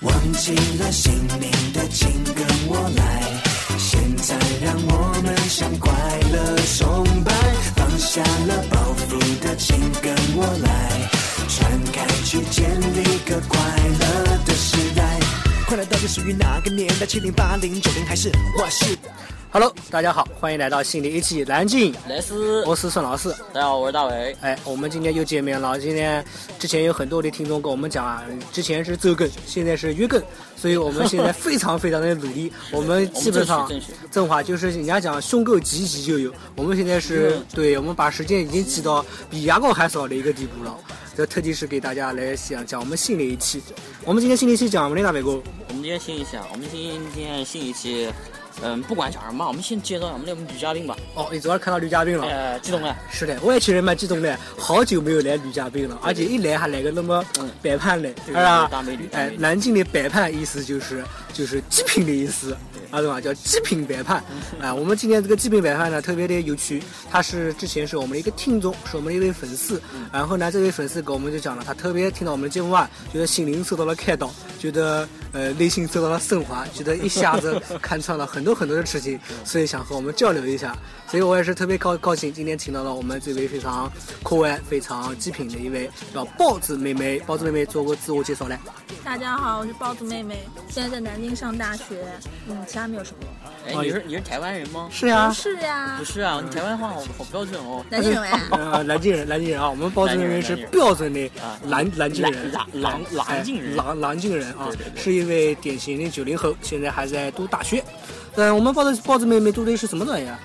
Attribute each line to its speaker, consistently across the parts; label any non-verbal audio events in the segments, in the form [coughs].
Speaker 1: 忘记了姓名的，请跟我来。现在让我们向快乐崇拜，放下了包袱的，请跟我来。传开去，建立个快乐的时代。快乐到底属于哪个年代？七零八零九零还是我是？
Speaker 2: Hello，大家好，欢迎来到新的一期南京，
Speaker 3: 莱斯，
Speaker 2: 我是孙老师。
Speaker 3: 大家好，我是大伟。
Speaker 2: 哎，我们今天又见面了。今天之前有很多的听众跟我们讲啊，之前是周更，现在是月更，所以我们现在非常非常的努 [laughs] 力。我们基本上
Speaker 3: 我们争取争取
Speaker 2: 正话就是人家讲胸够挤一挤就有，我们现在是对我们把时间已经挤到比牙膏还少的一个地步了。这特地是给大家来讲讲我们新的一期。我们今天新的一期讲我们的大伟哥，
Speaker 3: 我们今天新一期啊，我们今天新一期，嗯，不管讲什么，我们先介绍我们的女嘉宾吧。
Speaker 2: 哦，你昨儿看到吕嘉宾了。
Speaker 3: 呃，激动了，
Speaker 2: 是的，我也确实蛮激动的，好久没有来女嘉宾了，而且一来还来个那么
Speaker 3: 嗯
Speaker 2: 摆盘的，是
Speaker 3: 对
Speaker 2: 吧
Speaker 3: 大美女？大
Speaker 2: 哎
Speaker 3: 美，女
Speaker 2: 南京的摆盘意思就是就是极品的意思，啊，对吧？叫极品摆盘啊。我们今天这个极品摆盘呢，特别的有趣，他是之前是我们的一个听众，是我们的一位粉丝，然后呢，这位粉丝给我们就讲了，他特别听到我们的节目啊，觉得心灵受到了开导，觉得呃内心受到了升华，觉得一下子看穿了很多很多的事情，所以想和我们交流一下。所以我也是特别高高兴，今天请到了我们这位非常酷爱、非常极品的一位叫豹子妹妹。豹子妹妹做过自我介绍嘞。
Speaker 4: 大家好，我是包子妹妹，现在在南京上大学。嗯，其他没有什么。
Speaker 3: 哎，
Speaker 2: 哦
Speaker 3: 你是你是台湾人吗？
Speaker 2: 是呀
Speaker 4: 不是
Speaker 2: 嗯
Speaker 4: 呀
Speaker 3: 不，是啊，你台湾话好好标准哦。
Speaker 4: 南京人哎，
Speaker 2: 呃，南京人，南京人啊，我们包子妹妹是
Speaker 3: 南京人南京人
Speaker 2: 标准的
Speaker 3: 啊
Speaker 2: 南南京人，
Speaker 3: 南南南
Speaker 2: 哎
Speaker 3: 南京人
Speaker 2: 南南京人啊
Speaker 3: 对对，对
Speaker 2: 是一位典型的九零后，现在还在读大学。嗯，我们包子包子妹妹读的是什么专业？啊？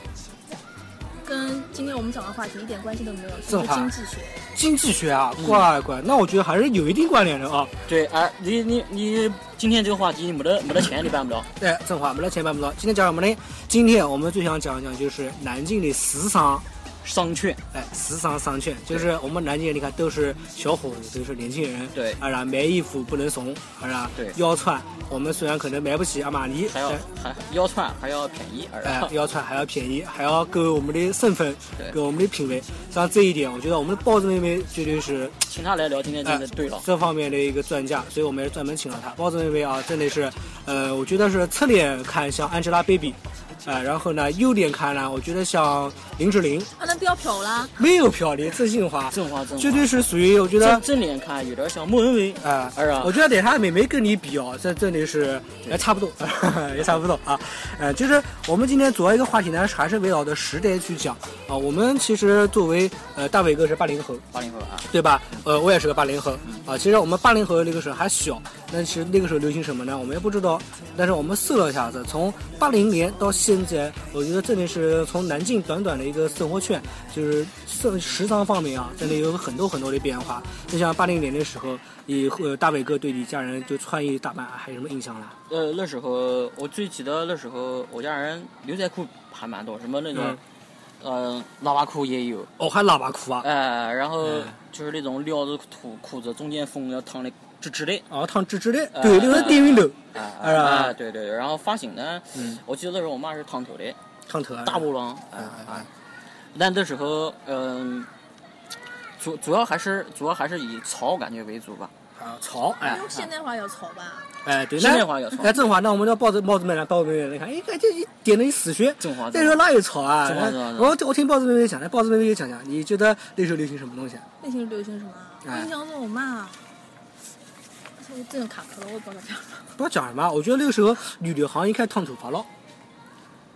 Speaker 4: 跟今天我们讲的话题一点关系都没有，就
Speaker 2: 正
Speaker 4: 是
Speaker 2: 好
Speaker 4: 经济学。
Speaker 2: 经济学啊，乖乖，那我觉得还是有一定关联的啊。
Speaker 3: 对，哎，你你你，今天这个话题你没得没得钱你办不了。
Speaker 2: 哎，正话没得钱办不到。今天讲什么呢？今天我们最想讲一讲就是南京的时尚，
Speaker 3: 商圈，
Speaker 2: 哎，时尚商圈，就是我们南京人，你看都是小伙子，都是年轻人，
Speaker 3: 对
Speaker 2: 啊，然后买衣服不能怂，啊，然后
Speaker 3: 对
Speaker 2: 要穿，我们虽然可能买不起阿玛尼，
Speaker 3: 还要
Speaker 2: 但
Speaker 3: 还要穿还要便宜，
Speaker 2: 哎
Speaker 3: 而，
Speaker 2: 要穿还要便宜，还要够我们的身份
Speaker 3: 对，
Speaker 2: 够我们的品味。像这一点，我觉得我们的包子妹妹绝对是
Speaker 3: [laughs]
Speaker 2: 哎
Speaker 3: 请他来聊今天真的对了。
Speaker 2: 这方面的一个专家，所以我们也是专门请了他。包子妹妹啊，真的是，呃，我觉得是侧脸看像 Angelababy，呃，然后呢，右脸看呢，我觉得像林志玲，
Speaker 4: 啊，那不要瞟啦，
Speaker 2: 没有飘零，真心话，
Speaker 3: 正话正话
Speaker 2: 绝对是属于我觉得
Speaker 3: 正。正脸看有点像莫文蔚，
Speaker 2: 啊、
Speaker 3: 是啊
Speaker 2: 我觉得得她妹妹跟你比哦，这真的是也差不多， [laughs] 也差不多啊。呃，就是我们今天主要一个话题呢，还是围绕着时代去讲啊。我们其实作为呃大伟哥是八零后，
Speaker 3: 八零后啊，
Speaker 2: 对吧？呃，我也是个八零后啊。其实我们八零后那个时候还小，但是那个时候流行什么呢？我们也不知道。但是我们搜了一下子，从八零年到现在，我觉得真的是从南京短短的一个生活圈，就是生时尚方面啊，真的有很多很多的变化。就像八零年的时候，你呃大伟哥对你家人就穿衣打扮还有什么印象啦？
Speaker 3: 呃，那时候我最记得那时候我家人牛仔裤还蛮多，什么那种
Speaker 2: 嗯，
Speaker 3: 呃，喇叭裤也有，
Speaker 2: 哦，还喇叭裤啊，
Speaker 3: 哎，然后就是那种撩着裤裤子中间缝要烫的直直的。
Speaker 2: 哦，烫直直的，对，那个电熨斗，
Speaker 3: 啊
Speaker 2: 哎呀嗯
Speaker 3: 啊！对对，对然后发型呢，我记得那时候我妈是烫头的，
Speaker 2: 烫头啊，
Speaker 3: 大波浪，啊
Speaker 2: 哎
Speaker 3: 啊！但那时候，嗯，主主要还是主要还是以潮感觉为主吧。
Speaker 2: 啊，潮，哎。
Speaker 4: 用现代话要瞟吧。
Speaker 2: 哎，对，
Speaker 3: 现
Speaker 2: 那
Speaker 3: 代化要炒
Speaker 2: 那正话，那我们叫包子包子妹妹，包子妹妹，你看，哎，这一点了一死穴，
Speaker 3: 正话
Speaker 2: 那时候哪有炒啊？
Speaker 3: 正话正话
Speaker 2: 然后我我听包子妹妹讲，那包子妹妹也讲讲，你觉得那时候流行什么东西啊？
Speaker 4: 那些流行什么啊？我
Speaker 2: 哎
Speaker 4: 印象中我妈，我真的卡壳了，我也不知道该讲什么。
Speaker 2: 不要讲什么啊，我觉得那个时候女的好像一开始烫头发了，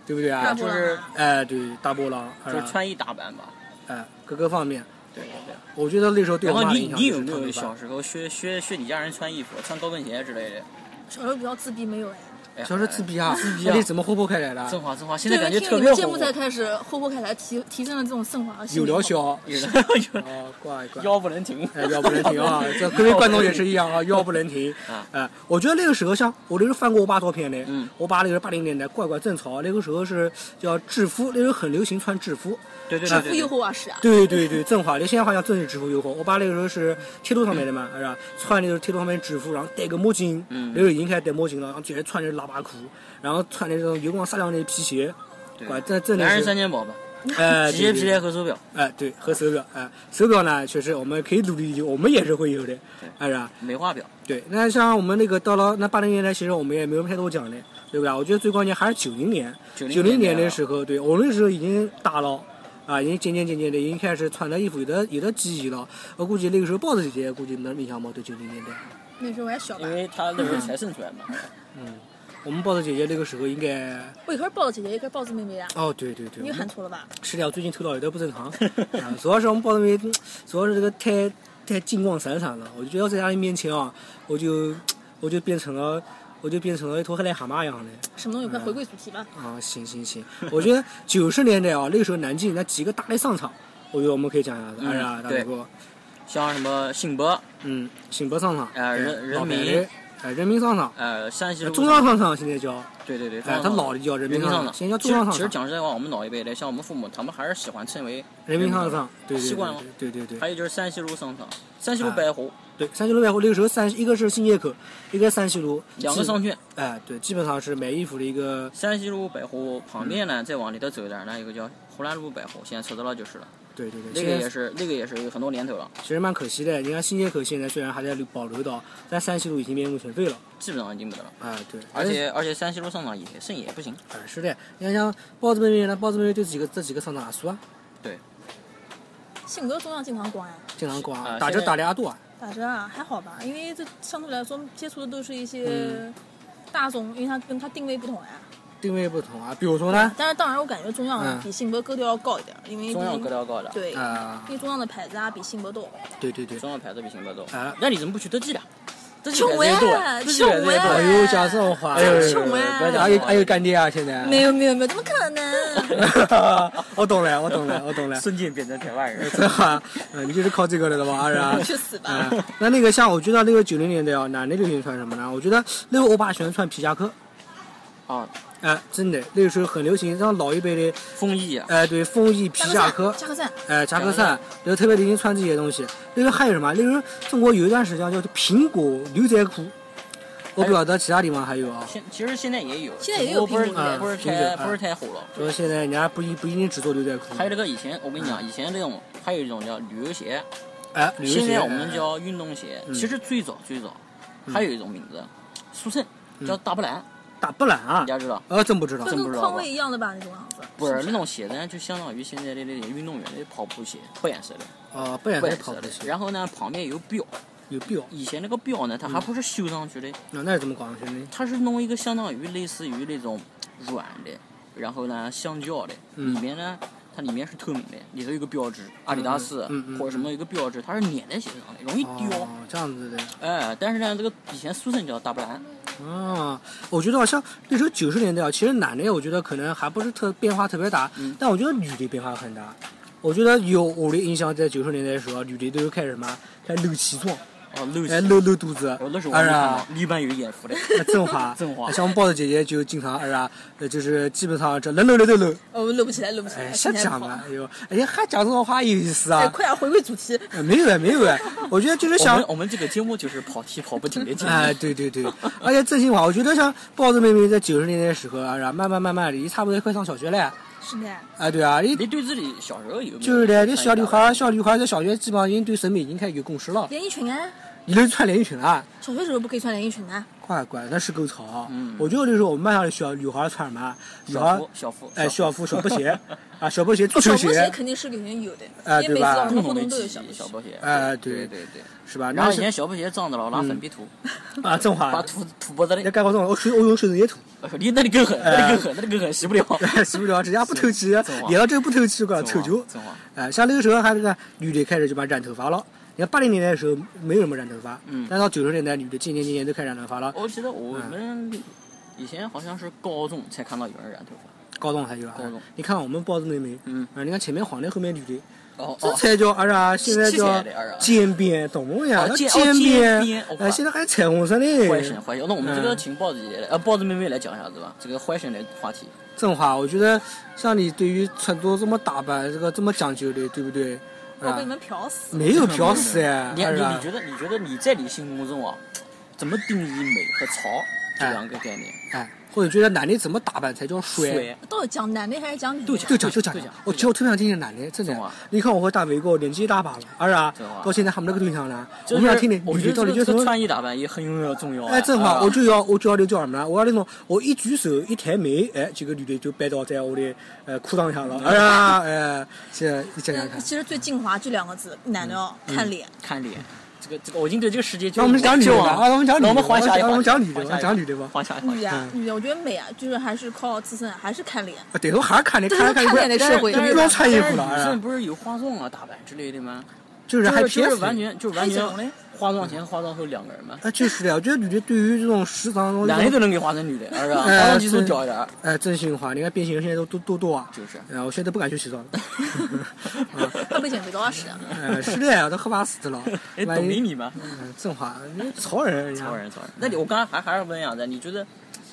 Speaker 2: 对不对
Speaker 4: 大
Speaker 2: 啊？
Speaker 4: 波
Speaker 3: 就是
Speaker 4: 浪啊
Speaker 2: 哎，对，大波浪，
Speaker 3: 就
Speaker 2: 哎
Speaker 3: 是穿衣打扮吧。
Speaker 2: 哎，各个方面，
Speaker 3: 对对对。
Speaker 2: 我觉得那时候对
Speaker 3: 然
Speaker 2: 我
Speaker 3: 后
Speaker 2: 妈的
Speaker 3: 你
Speaker 2: 影响
Speaker 3: 你有
Speaker 2: 就是
Speaker 3: 没
Speaker 2: 烫
Speaker 3: 有
Speaker 2: 头发
Speaker 3: 小时候学学学你家人穿衣服，穿高跟鞋之类的？
Speaker 4: 小时候比较自闭，没有哎。
Speaker 3: 哎呀
Speaker 2: 小时候自闭啊？
Speaker 3: 自闭
Speaker 2: 那
Speaker 3: 啊
Speaker 2: 你！怎么活泼开来
Speaker 3: 正
Speaker 2: 的？
Speaker 3: 话正话，现
Speaker 4: 就
Speaker 3: 在
Speaker 4: 是
Speaker 3: 感觉
Speaker 4: 听
Speaker 3: 特
Speaker 4: 你
Speaker 3: 别
Speaker 4: 们
Speaker 3: 火。
Speaker 4: 节目
Speaker 3: [laughs]
Speaker 4: 才开始活泼开来，提提升了这种升华。
Speaker 2: 有疗效啊，
Speaker 3: 有人有人
Speaker 2: 哦，乖乖。
Speaker 3: 腰不能停
Speaker 2: 哎，腰不能停
Speaker 3: [laughs]
Speaker 2: 啊！这各位观众也是一样啊，腰不能停。
Speaker 3: 啊
Speaker 2: 哎，我觉得那个时候像我那时候翻过我爸照片的，
Speaker 3: 嗯
Speaker 2: 我爸那个八零年代怪怪正潮，那个时候是叫制服，那时候很流行穿制服。
Speaker 3: 对对
Speaker 4: 制
Speaker 3: 对
Speaker 4: 服诱
Speaker 3: 对对，
Speaker 4: 惑啊，是啊。
Speaker 2: 对对对，正好，你现在好像正是制服诱惑。我爸那个时候是铁路上面的嘛，是吧？穿的就是铁路上面的制服，然后戴个墨镜，
Speaker 3: 嗯
Speaker 2: 那时候已经开始戴墨镜了，然后直接穿着喇叭裤，然后穿的这种油光闪亮的皮鞋，
Speaker 3: 对
Speaker 2: 哇，这真的
Speaker 3: 男人
Speaker 2: 是
Speaker 3: 三件宝吧，
Speaker 2: 哎，
Speaker 3: 皮
Speaker 2: 对
Speaker 3: 鞋皮
Speaker 2: 对
Speaker 3: 鞋和手表。
Speaker 2: 哎，对，和手表，哎，手表呢，确实我们可以努力，我们也是会有的，哎是吧？
Speaker 3: 梅花表，
Speaker 2: 对，那像我们那个到了那八零年代，其实我们也没有太多讲的，对不对？我觉得最关键还是九零年，九
Speaker 3: 90
Speaker 2: 零
Speaker 3: 年
Speaker 2: 年
Speaker 3: 代啊
Speaker 2: 的时候，对我那时候已经大了。啊，已经渐渐渐渐的，已经开始穿的衣服有的有的记忆了。我估计那个时候豹子姐姐估计能印象嘛，对九零年代。
Speaker 4: 那时候我还小吧
Speaker 3: 因。为他那时候才生出来嘛，
Speaker 2: 我们豹子姐姐那个时候应该，
Speaker 4: 我一个是豹子姐姐，一个是豹子妹妹呀、
Speaker 2: 哦，对对对，我
Speaker 4: 你又喊
Speaker 2: 们
Speaker 4: 错了吧？
Speaker 2: 是的，我最近头脑有点不正 [laughs] 常。啊，主要是我们豹子妹，主要是这个太太金光闪闪了。我就觉得在她的面前啊，我就我就变成了，我就变成了一头黑癞蛤蟆一样的。
Speaker 4: 什么东西？快回归主题吧。
Speaker 2: 啊，行行行， [laughs] 我觉得九十年代啊，那个时候南京那几个大的商场，我觉得我们可以讲一下子。哎呀，大
Speaker 3: 嗯对
Speaker 2: 哥，
Speaker 3: [laughs] 像什么信博，
Speaker 2: 嗯，醒博商场，
Speaker 3: 哎人
Speaker 2: 对
Speaker 3: 人
Speaker 2: 老牌
Speaker 3: 民
Speaker 2: 的，哎，人民商场，
Speaker 3: 呃，山西路
Speaker 2: 哎中央商场现在叫，
Speaker 3: 对对对，
Speaker 2: 哎，他老的叫人
Speaker 3: 人
Speaker 2: 民
Speaker 3: 民
Speaker 2: 商场，
Speaker 3: 商场。
Speaker 2: 现在叫
Speaker 3: 其
Speaker 2: 中央
Speaker 3: 实
Speaker 2: 商
Speaker 3: 其实
Speaker 2: 场，
Speaker 3: 讲实在话，我们老一辈的，像我们父母，他们还是喜欢称为
Speaker 2: 人民商场，对对
Speaker 3: 习惯
Speaker 2: 对
Speaker 3: 了
Speaker 2: 对对对
Speaker 3: 还
Speaker 2: 对
Speaker 3: 有就是山西路商场、山西路
Speaker 2: 哎
Speaker 3: 百货，
Speaker 2: 对，三西路百货那个时候三，一个是新街口，一个三西路，
Speaker 3: 两个
Speaker 2: 基
Speaker 3: 商，圈。
Speaker 2: 哎，对，基本上是买衣服的一个，
Speaker 3: 山西路百货旁边
Speaker 2: 嗯
Speaker 3: 呢，再往里头走点儿呢，有个叫湖南路百货，现在撤资了就是了。
Speaker 2: 对对对，嗯
Speaker 3: 那
Speaker 2: 现
Speaker 3: 个
Speaker 2: 在
Speaker 3: 也是，那个也是有很多年头了，
Speaker 2: 其实蛮可惜的。你看新街口现在虽然还在留保留到，但三西路已经面目全非了，
Speaker 3: 基本上已经没得了。
Speaker 2: 啊，对，
Speaker 3: 而且
Speaker 4: 哎
Speaker 3: 而且山西路商场也生意也不行，
Speaker 2: 哎，是的，你看像包子妹妹呢，包子妹妹对这几个这几个商场也熟啊，
Speaker 4: 信鸽中央经常逛呀、
Speaker 2: 经常逛啊，
Speaker 3: 啊
Speaker 2: 打折
Speaker 3: 现在
Speaker 2: 打的也多啊。
Speaker 4: 打折啊，还好吧，因为这相对来说接触的都是一些
Speaker 2: 嗯
Speaker 4: 大众，因为它跟它定位不同呀、
Speaker 2: 定位不同啊，比如说呢，
Speaker 4: 但是当然，我感觉中央
Speaker 2: 嗯
Speaker 4: 比信博格调要高一点，因为
Speaker 3: 中药格调高的，
Speaker 4: 对，
Speaker 2: 啊
Speaker 4: 因为中央的牌子啊比信博多。
Speaker 2: 对对对，
Speaker 3: 中药牌子比行百多
Speaker 2: 啊。
Speaker 3: 那你怎么不去德基的？德基
Speaker 4: 穷
Speaker 3: 牌子也多啊，
Speaker 4: 哎
Speaker 3: 德基牌子也多 [laughs]
Speaker 4: 穷
Speaker 2: 哎
Speaker 3: 啊。
Speaker 2: 呦，讲这种话，哎呦，
Speaker 4: 穷哎
Speaker 2: 不要讲还有还有干爹啊，现在，
Speaker 4: 没有没有没有，怎么可能？
Speaker 2: [laughs] 我懂了，我懂了，我懂了，哎
Speaker 3: 瞬间变成台湾人。
Speaker 4: [laughs]
Speaker 2: 这话，嗯，你就是靠这个来的吧，是吧？
Speaker 4: 去死吧！
Speaker 2: 啊，那那个像我觉得那个九零年代啊，男的流行穿什么呢？我觉得那个欧巴喜欢穿皮夹克，
Speaker 3: 啊，
Speaker 2: 哎，真的，那个时候很流行，像老一辈的，
Speaker 3: 风衣啊，
Speaker 2: 哎，对，风衣皮夹克，
Speaker 4: 加个赞，
Speaker 2: 哎，夹克衫，然后特别流行穿这些东西。那个还有什么？那个中国有一段时间叫做苹果牛仔裤，我不晓得其他地方还有啊。
Speaker 3: 现其实现在也有，
Speaker 4: 现在也有
Speaker 3: 只不过
Speaker 4: 苹果的啊
Speaker 3: 不是不
Speaker 2: 嗯
Speaker 3: 是
Speaker 2: 苹
Speaker 3: 太
Speaker 2: 果
Speaker 3: 不是太火了。
Speaker 2: 说现在人家不一不一定只做牛仔裤，
Speaker 3: 还有那个以前，我跟你
Speaker 4: 嗯
Speaker 3: 讲，以前那种还有一种叫旅游鞋，
Speaker 2: 哎，旅游鞋
Speaker 3: 现在我们叫
Speaker 4: 嗯
Speaker 3: 运动鞋。其实最早最早还有一种名字，苏轼
Speaker 4: 嗯
Speaker 3: 叫大布兰，
Speaker 2: 打不懒啊
Speaker 3: 大，家知道？
Speaker 2: 呃，真不知道
Speaker 4: 就。
Speaker 3: 真
Speaker 4: 跟
Speaker 3: 不知道吧
Speaker 4: 匡威一样的吧，那种样子。
Speaker 3: 不是那种鞋呢，就相当于现在的那些运动员的跑步鞋，白颜色的，
Speaker 2: 哦，不然
Speaker 3: 白
Speaker 2: 还
Speaker 3: 颜
Speaker 2: 跑
Speaker 3: 色
Speaker 2: 步
Speaker 3: 的。
Speaker 2: 鞋，
Speaker 3: 然后呢，旁边有标，
Speaker 2: 有标。
Speaker 3: 以前那个标呢，它
Speaker 2: 嗯
Speaker 3: 还不是绣上去的，
Speaker 2: 那那是怎么搞上去的？
Speaker 3: 它是弄一个相当于类似于那种软的，然后呢橡胶的，
Speaker 2: 嗯
Speaker 3: 里面呢它里面是透明的，里头有个标志，阿迪达斯
Speaker 2: 嗯嗯嗯
Speaker 3: 或者什么一个标志，它是粘在鞋上的，容易掉。
Speaker 2: 哦，这样子的。
Speaker 3: 哎，但是呢，这个以前苏轼叫大布兰，
Speaker 2: 啊，我觉得好像那时候九十年代啊，其实男的我觉得可能还不是特变化特别大，但我觉得女的变化很大。我觉得有我的印象，在九十年代的时候，女的都开始什么，开始露脐装，
Speaker 3: 哦，露
Speaker 2: 哎，
Speaker 3: 西，
Speaker 2: 露露肚子，
Speaker 3: 我那时候我
Speaker 2: 哎
Speaker 3: 没看
Speaker 2: 呀
Speaker 3: 到，，一般有眼福的，
Speaker 2: 哎真花，
Speaker 3: 真花
Speaker 2: 像我们豹子姐姐就经常哎呀，呃就是基本上这能露的都露，
Speaker 4: 哦，我录不起来，录不起来，
Speaker 2: 哎，瞎
Speaker 4: 现在
Speaker 2: 讲
Speaker 4: 不好
Speaker 2: 啊，。哎呦，哎呀，还讲这种话有意思
Speaker 4: 哎，
Speaker 2: 啊？
Speaker 4: 快点回归主题。
Speaker 2: 哎没有啊，没有啊， [laughs] 我觉得就是
Speaker 3: 我
Speaker 2: 想
Speaker 3: 们我们这个节目就是跑题跑不停的节目。
Speaker 2: 哎，对对对，而且真心话，我觉得像豹子妹妹在九十年代的时候啊，然后慢慢慢慢的，也差不多快上小学了。
Speaker 4: 是的，
Speaker 2: 哎，对啊，你
Speaker 3: 你对自己小时候有没有
Speaker 2: 就是的，你小女孩儿、
Speaker 3: 印象
Speaker 2: 小女孩儿在小学基本上已经对审美已经开始有共识了。
Speaker 4: 连衣裙啊，
Speaker 2: 你能穿连衣裙啊？
Speaker 4: 小学时候不可以穿连衣裙啊的，
Speaker 2: 乖乖，那是够潮。我觉得那时候我们班上的小女孩儿穿什么啊？女孩
Speaker 3: 嗯小
Speaker 2: 儿
Speaker 3: 夫小夫
Speaker 2: 哎，小服、小布鞋啊，小布鞋、足
Speaker 4: 哦，小
Speaker 2: 球
Speaker 4: 布鞋
Speaker 2: 鞋
Speaker 4: 肯定是肯定有的，
Speaker 2: 哎
Speaker 4: 因为每
Speaker 2: 对
Speaker 4: 次
Speaker 2: 吧
Speaker 4: 我
Speaker 3: 共
Speaker 4: 们活
Speaker 3: 同的
Speaker 4: 动都有
Speaker 3: 记
Speaker 4: 小布
Speaker 3: 忆小
Speaker 4: 鞋。
Speaker 3: 布鞋。
Speaker 2: 哎
Speaker 3: 对
Speaker 2: 对
Speaker 3: 对对。
Speaker 2: 是吧？
Speaker 3: 然
Speaker 2: 那
Speaker 3: 后以前
Speaker 2: 是
Speaker 3: 小布鞋脏的了，我拿粉笔涂，
Speaker 2: 啊，正好
Speaker 3: 把
Speaker 2: 啊。
Speaker 3: 涂涂脖子里
Speaker 2: 那。干过这种，我哦水我用水溶液涂， [laughs]
Speaker 3: [laughs] 你那里更狠，
Speaker 2: 哎
Speaker 3: 那里更狠，那里更狠，洗不了。
Speaker 2: 洗不了，指甲不透气，
Speaker 3: 正话
Speaker 2: 也要这个不透气，怪
Speaker 3: 真
Speaker 2: 臭
Speaker 3: 话
Speaker 2: 球。
Speaker 3: 真话
Speaker 2: 哎，像那个时候还是个女的开始就把染头发了。你看八零年代的时候没有什么染头发，
Speaker 3: 嗯
Speaker 2: 但到九十年代女的渐渐渐渐都开始染头发了，
Speaker 3: 我记得我
Speaker 2: 嗯
Speaker 3: 们以前好像是高中才看到有人染头发。
Speaker 2: 高中还有啊。
Speaker 3: 高中
Speaker 2: 你看我们包子妹妹，
Speaker 3: 嗯
Speaker 2: 啊，你看前面黄的，后面绿的，
Speaker 3: 哦
Speaker 2: 这才叫啊啥？现在
Speaker 3: 这
Speaker 2: 叫
Speaker 3: 才叫啊啥
Speaker 2: 渐变，懂不懂呀？
Speaker 3: 哦
Speaker 2: 要
Speaker 3: 渐哦
Speaker 2: 渐
Speaker 3: 渐变哦
Speaker 2: 哎，现在还彩虹色嘞。
Speaker 3: 坏神坏神，那我们这个
Speaker 2: 嗯
Speaker 3: 请豹子姐姐来，呃，豹子妹妹来讲一下子吧，这个坏神的话题。
Speaker 2: 正话，我觉得像你对于穿着这么打扮，这个这么讲究的，对不对？
Speaker 4: 我
Speaker 3: 哦
Speaker 2: 啊
Speaker 4: 被你，们嫖死。
Speaker 2: 没有屌死哎，
Speaker 3: [laughs] 你
Speaker 2: 二
Speaker 3: 你
Speaker 2: 啊
Speaker 3: 你觉得你觉得你在你心目中啊，怎么定义美和潮？这两个概念。
Speaker 2: 哎，或者觉得男的怎么打扮才叫帅哦
Speaker 3: 水？
Speaker 4: 到底讲男的还是讲女的？
Speaker 2: 就讲就讲哦
Speaker 3: 对讲
Speaker 2: 我其实我特别想听听男的，真的
Speaker 3: 懂啊。
Speaker 2: 你看我和大伟哥年纪一大把了，而啊
Speaker 3: 真啊，
Speaker 2: 到现在还没那个对象呢。
Speaker 3: 就
Speaker 2: 我
Speaker 3: 是
Speaker 2: 们想听听
Speaker 3: 我
Speaker 2: 女
Speaker 3: 觉
Speaker 2: 的到
Speaker 3: 得
Speaker 2: 底
Speaker 3: 这
Speaker 2: 叫什
Speaker 3: 个
Speaker 2: 么？
Speaker 3: 穿衣打扮也很有重要。
Speaker 2: 哎，正好，我
Speaker 3: 啊
Speaker 2: 就要我就要那叫什么呢？我要那种我一举手一抬眉，哎，这个女的就掰到在我的呃裤裆下了。
Speaker 3: 嗯
Speaker 2: 哎呀，哎，现在你想想看
Speaker 4: 嗯，，其实最精华这两个字，男的哦
Speaker 3: 嗯
Speaker 4: 看脸，
Speaker 3: 看脸。这个这个，我已经对这个世界就
Speaker 2: 那我们讲女的
Speaker 3: 就
Speaker 2: 吧啊我们讲女的
Speaker 3: 那我们换下一
Speaker 2: 我
Speaker 3: 话
Speaker 2: 们
Speaker 3: 题，
Speaker 2: 讲女的
Speaker 3: 换下一
Speaker 2: 讲女的吧
Speaker 3: 换下一话
Speaker 4: 女
Speaker 3: 题。
Speaker 4: 的女的，我觉得美啊，就是还是靠自身，还是看脸。
Speaker 2: 啊对，我还是看的，
Speaker 5: 这
Speaker 2: 看来
Speaker 5: 是
Speaker 2: 看
Speaker 5: 看
Speaker 2: 去
Speaker 5: 脸的社会
Speaker 2: 就，不要穿衣服了，
Speaker 3: 但
Speaker 2: 哎
Speaker 3: 是女生不是有化妆啊、打扮之类的吗？
Speaker 2: 就是
Speaker 3: 就
Speaker 2: 还
Speaker 3: 是
Speaker 2: 偏
Speaker 3: 就是
Speaker 2: 死
Speaker 3: 完全就是完
Speaker 4: 太
Speaker 3: 全
Speaker 4: 小了
Speaker 3: 化妆前、化妆后两个人嘛。
Speaker 2: 啊，就是的，我觉得女的对于这种时尚中
Speaker 3: 男的都能给化成女的，是吧？
Speaker 2: 哎
Speaker 3: 化妆技术屌一点儿，
Speaker 2: 哎，真心话，你看变形人现在都都多多啊，
Speaker 3: 就是
Speaker 2: 哎，我现在都不敢去洗澡了，
Speaker 4: 他被减肥多少屎啊？
Speaker 3: 嗯
Speaker 2: 哎，是的呀，都害怕死的了。
Speaker 3: 哎，
Speaker 2: 万
Speaker 3: 懂
Speaker 2: 一
Speaker 3: 你你吗？
Speaker 2: 嗯真话，你潮人，人家
Speaker 3: 超人超人。那你我刚才还还是问一下子，你觉得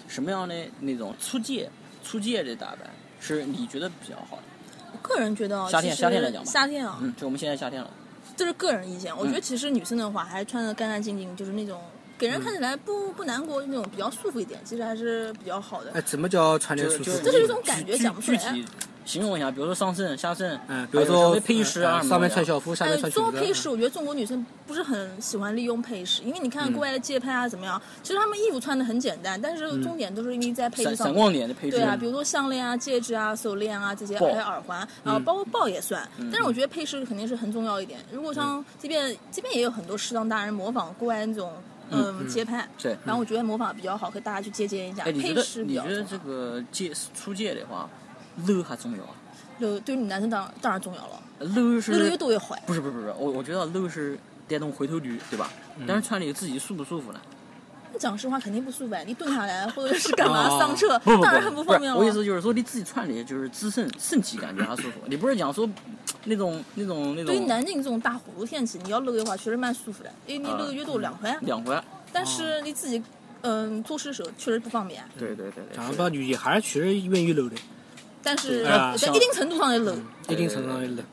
Speaker 3: 什么样的那种出界出界的打扮是你觉得比较好的？
Speaker 4: 我个人觉得哦，
Speaker 3: 夏天
Speaker 4: 其实
Speaker 3: 夏天来讲吧
Speaker 4: 夏天啊，
Speaker 3: 嗯，就我们现在夏天了，
Speaker 4: 这是个人意见。我觉得其实女生的话，还是穿的干干净净，就是那种给
Speaker 3: 嗯
Speaker 4: 人看起来不不难过，那种比较舒服一点，其实还是比较好
Speaker 2: 哎，
Speaker 4: 的。
Speaker 2: 怎么叫穿
Speaker 3: 就
Speaker 2: 着舒
Speaker 3: 就
Speaker 2: 服？
Speaker 4: 这是一种感觉
Speaker 3: 具
Speaker 4: 讲不出
Speaker 3: 具
Speaker 4: 来
Speaker 3: 体形容一下，比如说上身、下身，
Speaker 2: 嗯，比如
Speaker 3: 还有稍
Speaker 2: 说
Speaker 3: 微配饰啊
Speaker 2: 嗯
Speaker 3: 什么的，
Speaker 2: 上面穿校服，下
Speaker 4: 还有
Speaker 2: 面穿裙
Speaker 4: 中国
Speaker 2: 子。
Speaker 4: 哎
Speaker 2: 啊
Speaker 4: 配饰，我觉得中国女生不是很喜欢利用配饰，因为
Speaker 3: 嗯
Speaker 4: 你看国外的街拍啊怎么样，其实她们衣服穿的很简单，但是重点都是因为在配
Speaker 3: 闪
Speaker 4: 饰上
Speaker 3: 闪
Speaker 4: 面。
Speaker 3: 光点的配置。
Speaker 4: 对啊，比如说项链啊、戒指啊、手链啊这些，
Speaker 3: 豹
Speaker 4: 还有耳环，
Speaker 3: 嗯
Speaker 4: 然后包括豹也算。但是我觉得配饰肯定是很重要一点。如果
Speaker 3: 嗯
Speaker 4: 像这边这边也有很多时尚达人模仿国外那种嗯街拍，
Speaker 3: 对
Speaker 4: 然后我觉得模仿比较好，可以大家去借鉴一下。
Speaker 3: 哎，你觉
Speaker 4: 配
Speaker 3: 得
Speaker 4: 饰比
Speaker 3: 你
Speaker 4: 较
Speaker 3: 觉
Speaker 4: 重要
Speaker 3: 得这个界出界的话，low 还重要啊
Speaker 4: 就对于男生当然当然重要了，
Speaker 3: ？low
Speaker 4: 越多越
Speaker 3: 是
Speaker 4: 多越坏。
Speaker 3: 不是不是不是？我我觉得 low 是带动回头率，对吧？但是穿的自己舒不舒服呢？
Speaker 4: 讲实话肯定不舒服，你蹲下来或者是干嘛
Speaker 2: 哦
Speaker 4: 上车，
Speaker 3: 啊不不
Speaker 4: 当然很
Speaker 3: 不
Speaker 4: 方便
Speaker 3: 是
Speaker 4: 了。
Speaker 3: 我意思就是说，你自己穿的就是自身身体感觉还舒服。你不是讲说那种那种那
Speaker 4: 对于
Speaker 3: 种
Speaker 4: 南京这种大火炉天气，你要露的话确实蛮舒服的，因为你露越
Speaker 3: 嗯
Speaker 4: 多凉快，
Speaker 3: 两回？啊
Speaker 4: 但是你自己嗯做事的时候确实不方便。
Speaker 3: 对对对对，
Speaker 2: 讲
Speaker 3: 是
Speaker 2: 实话，女的还是确实愿意露的，
Speaker 4: 但是呃
Speaker 2: 对啊
Speaker 4: 在一定程度上的冷，
Speaker 2: 一定程度上露。哎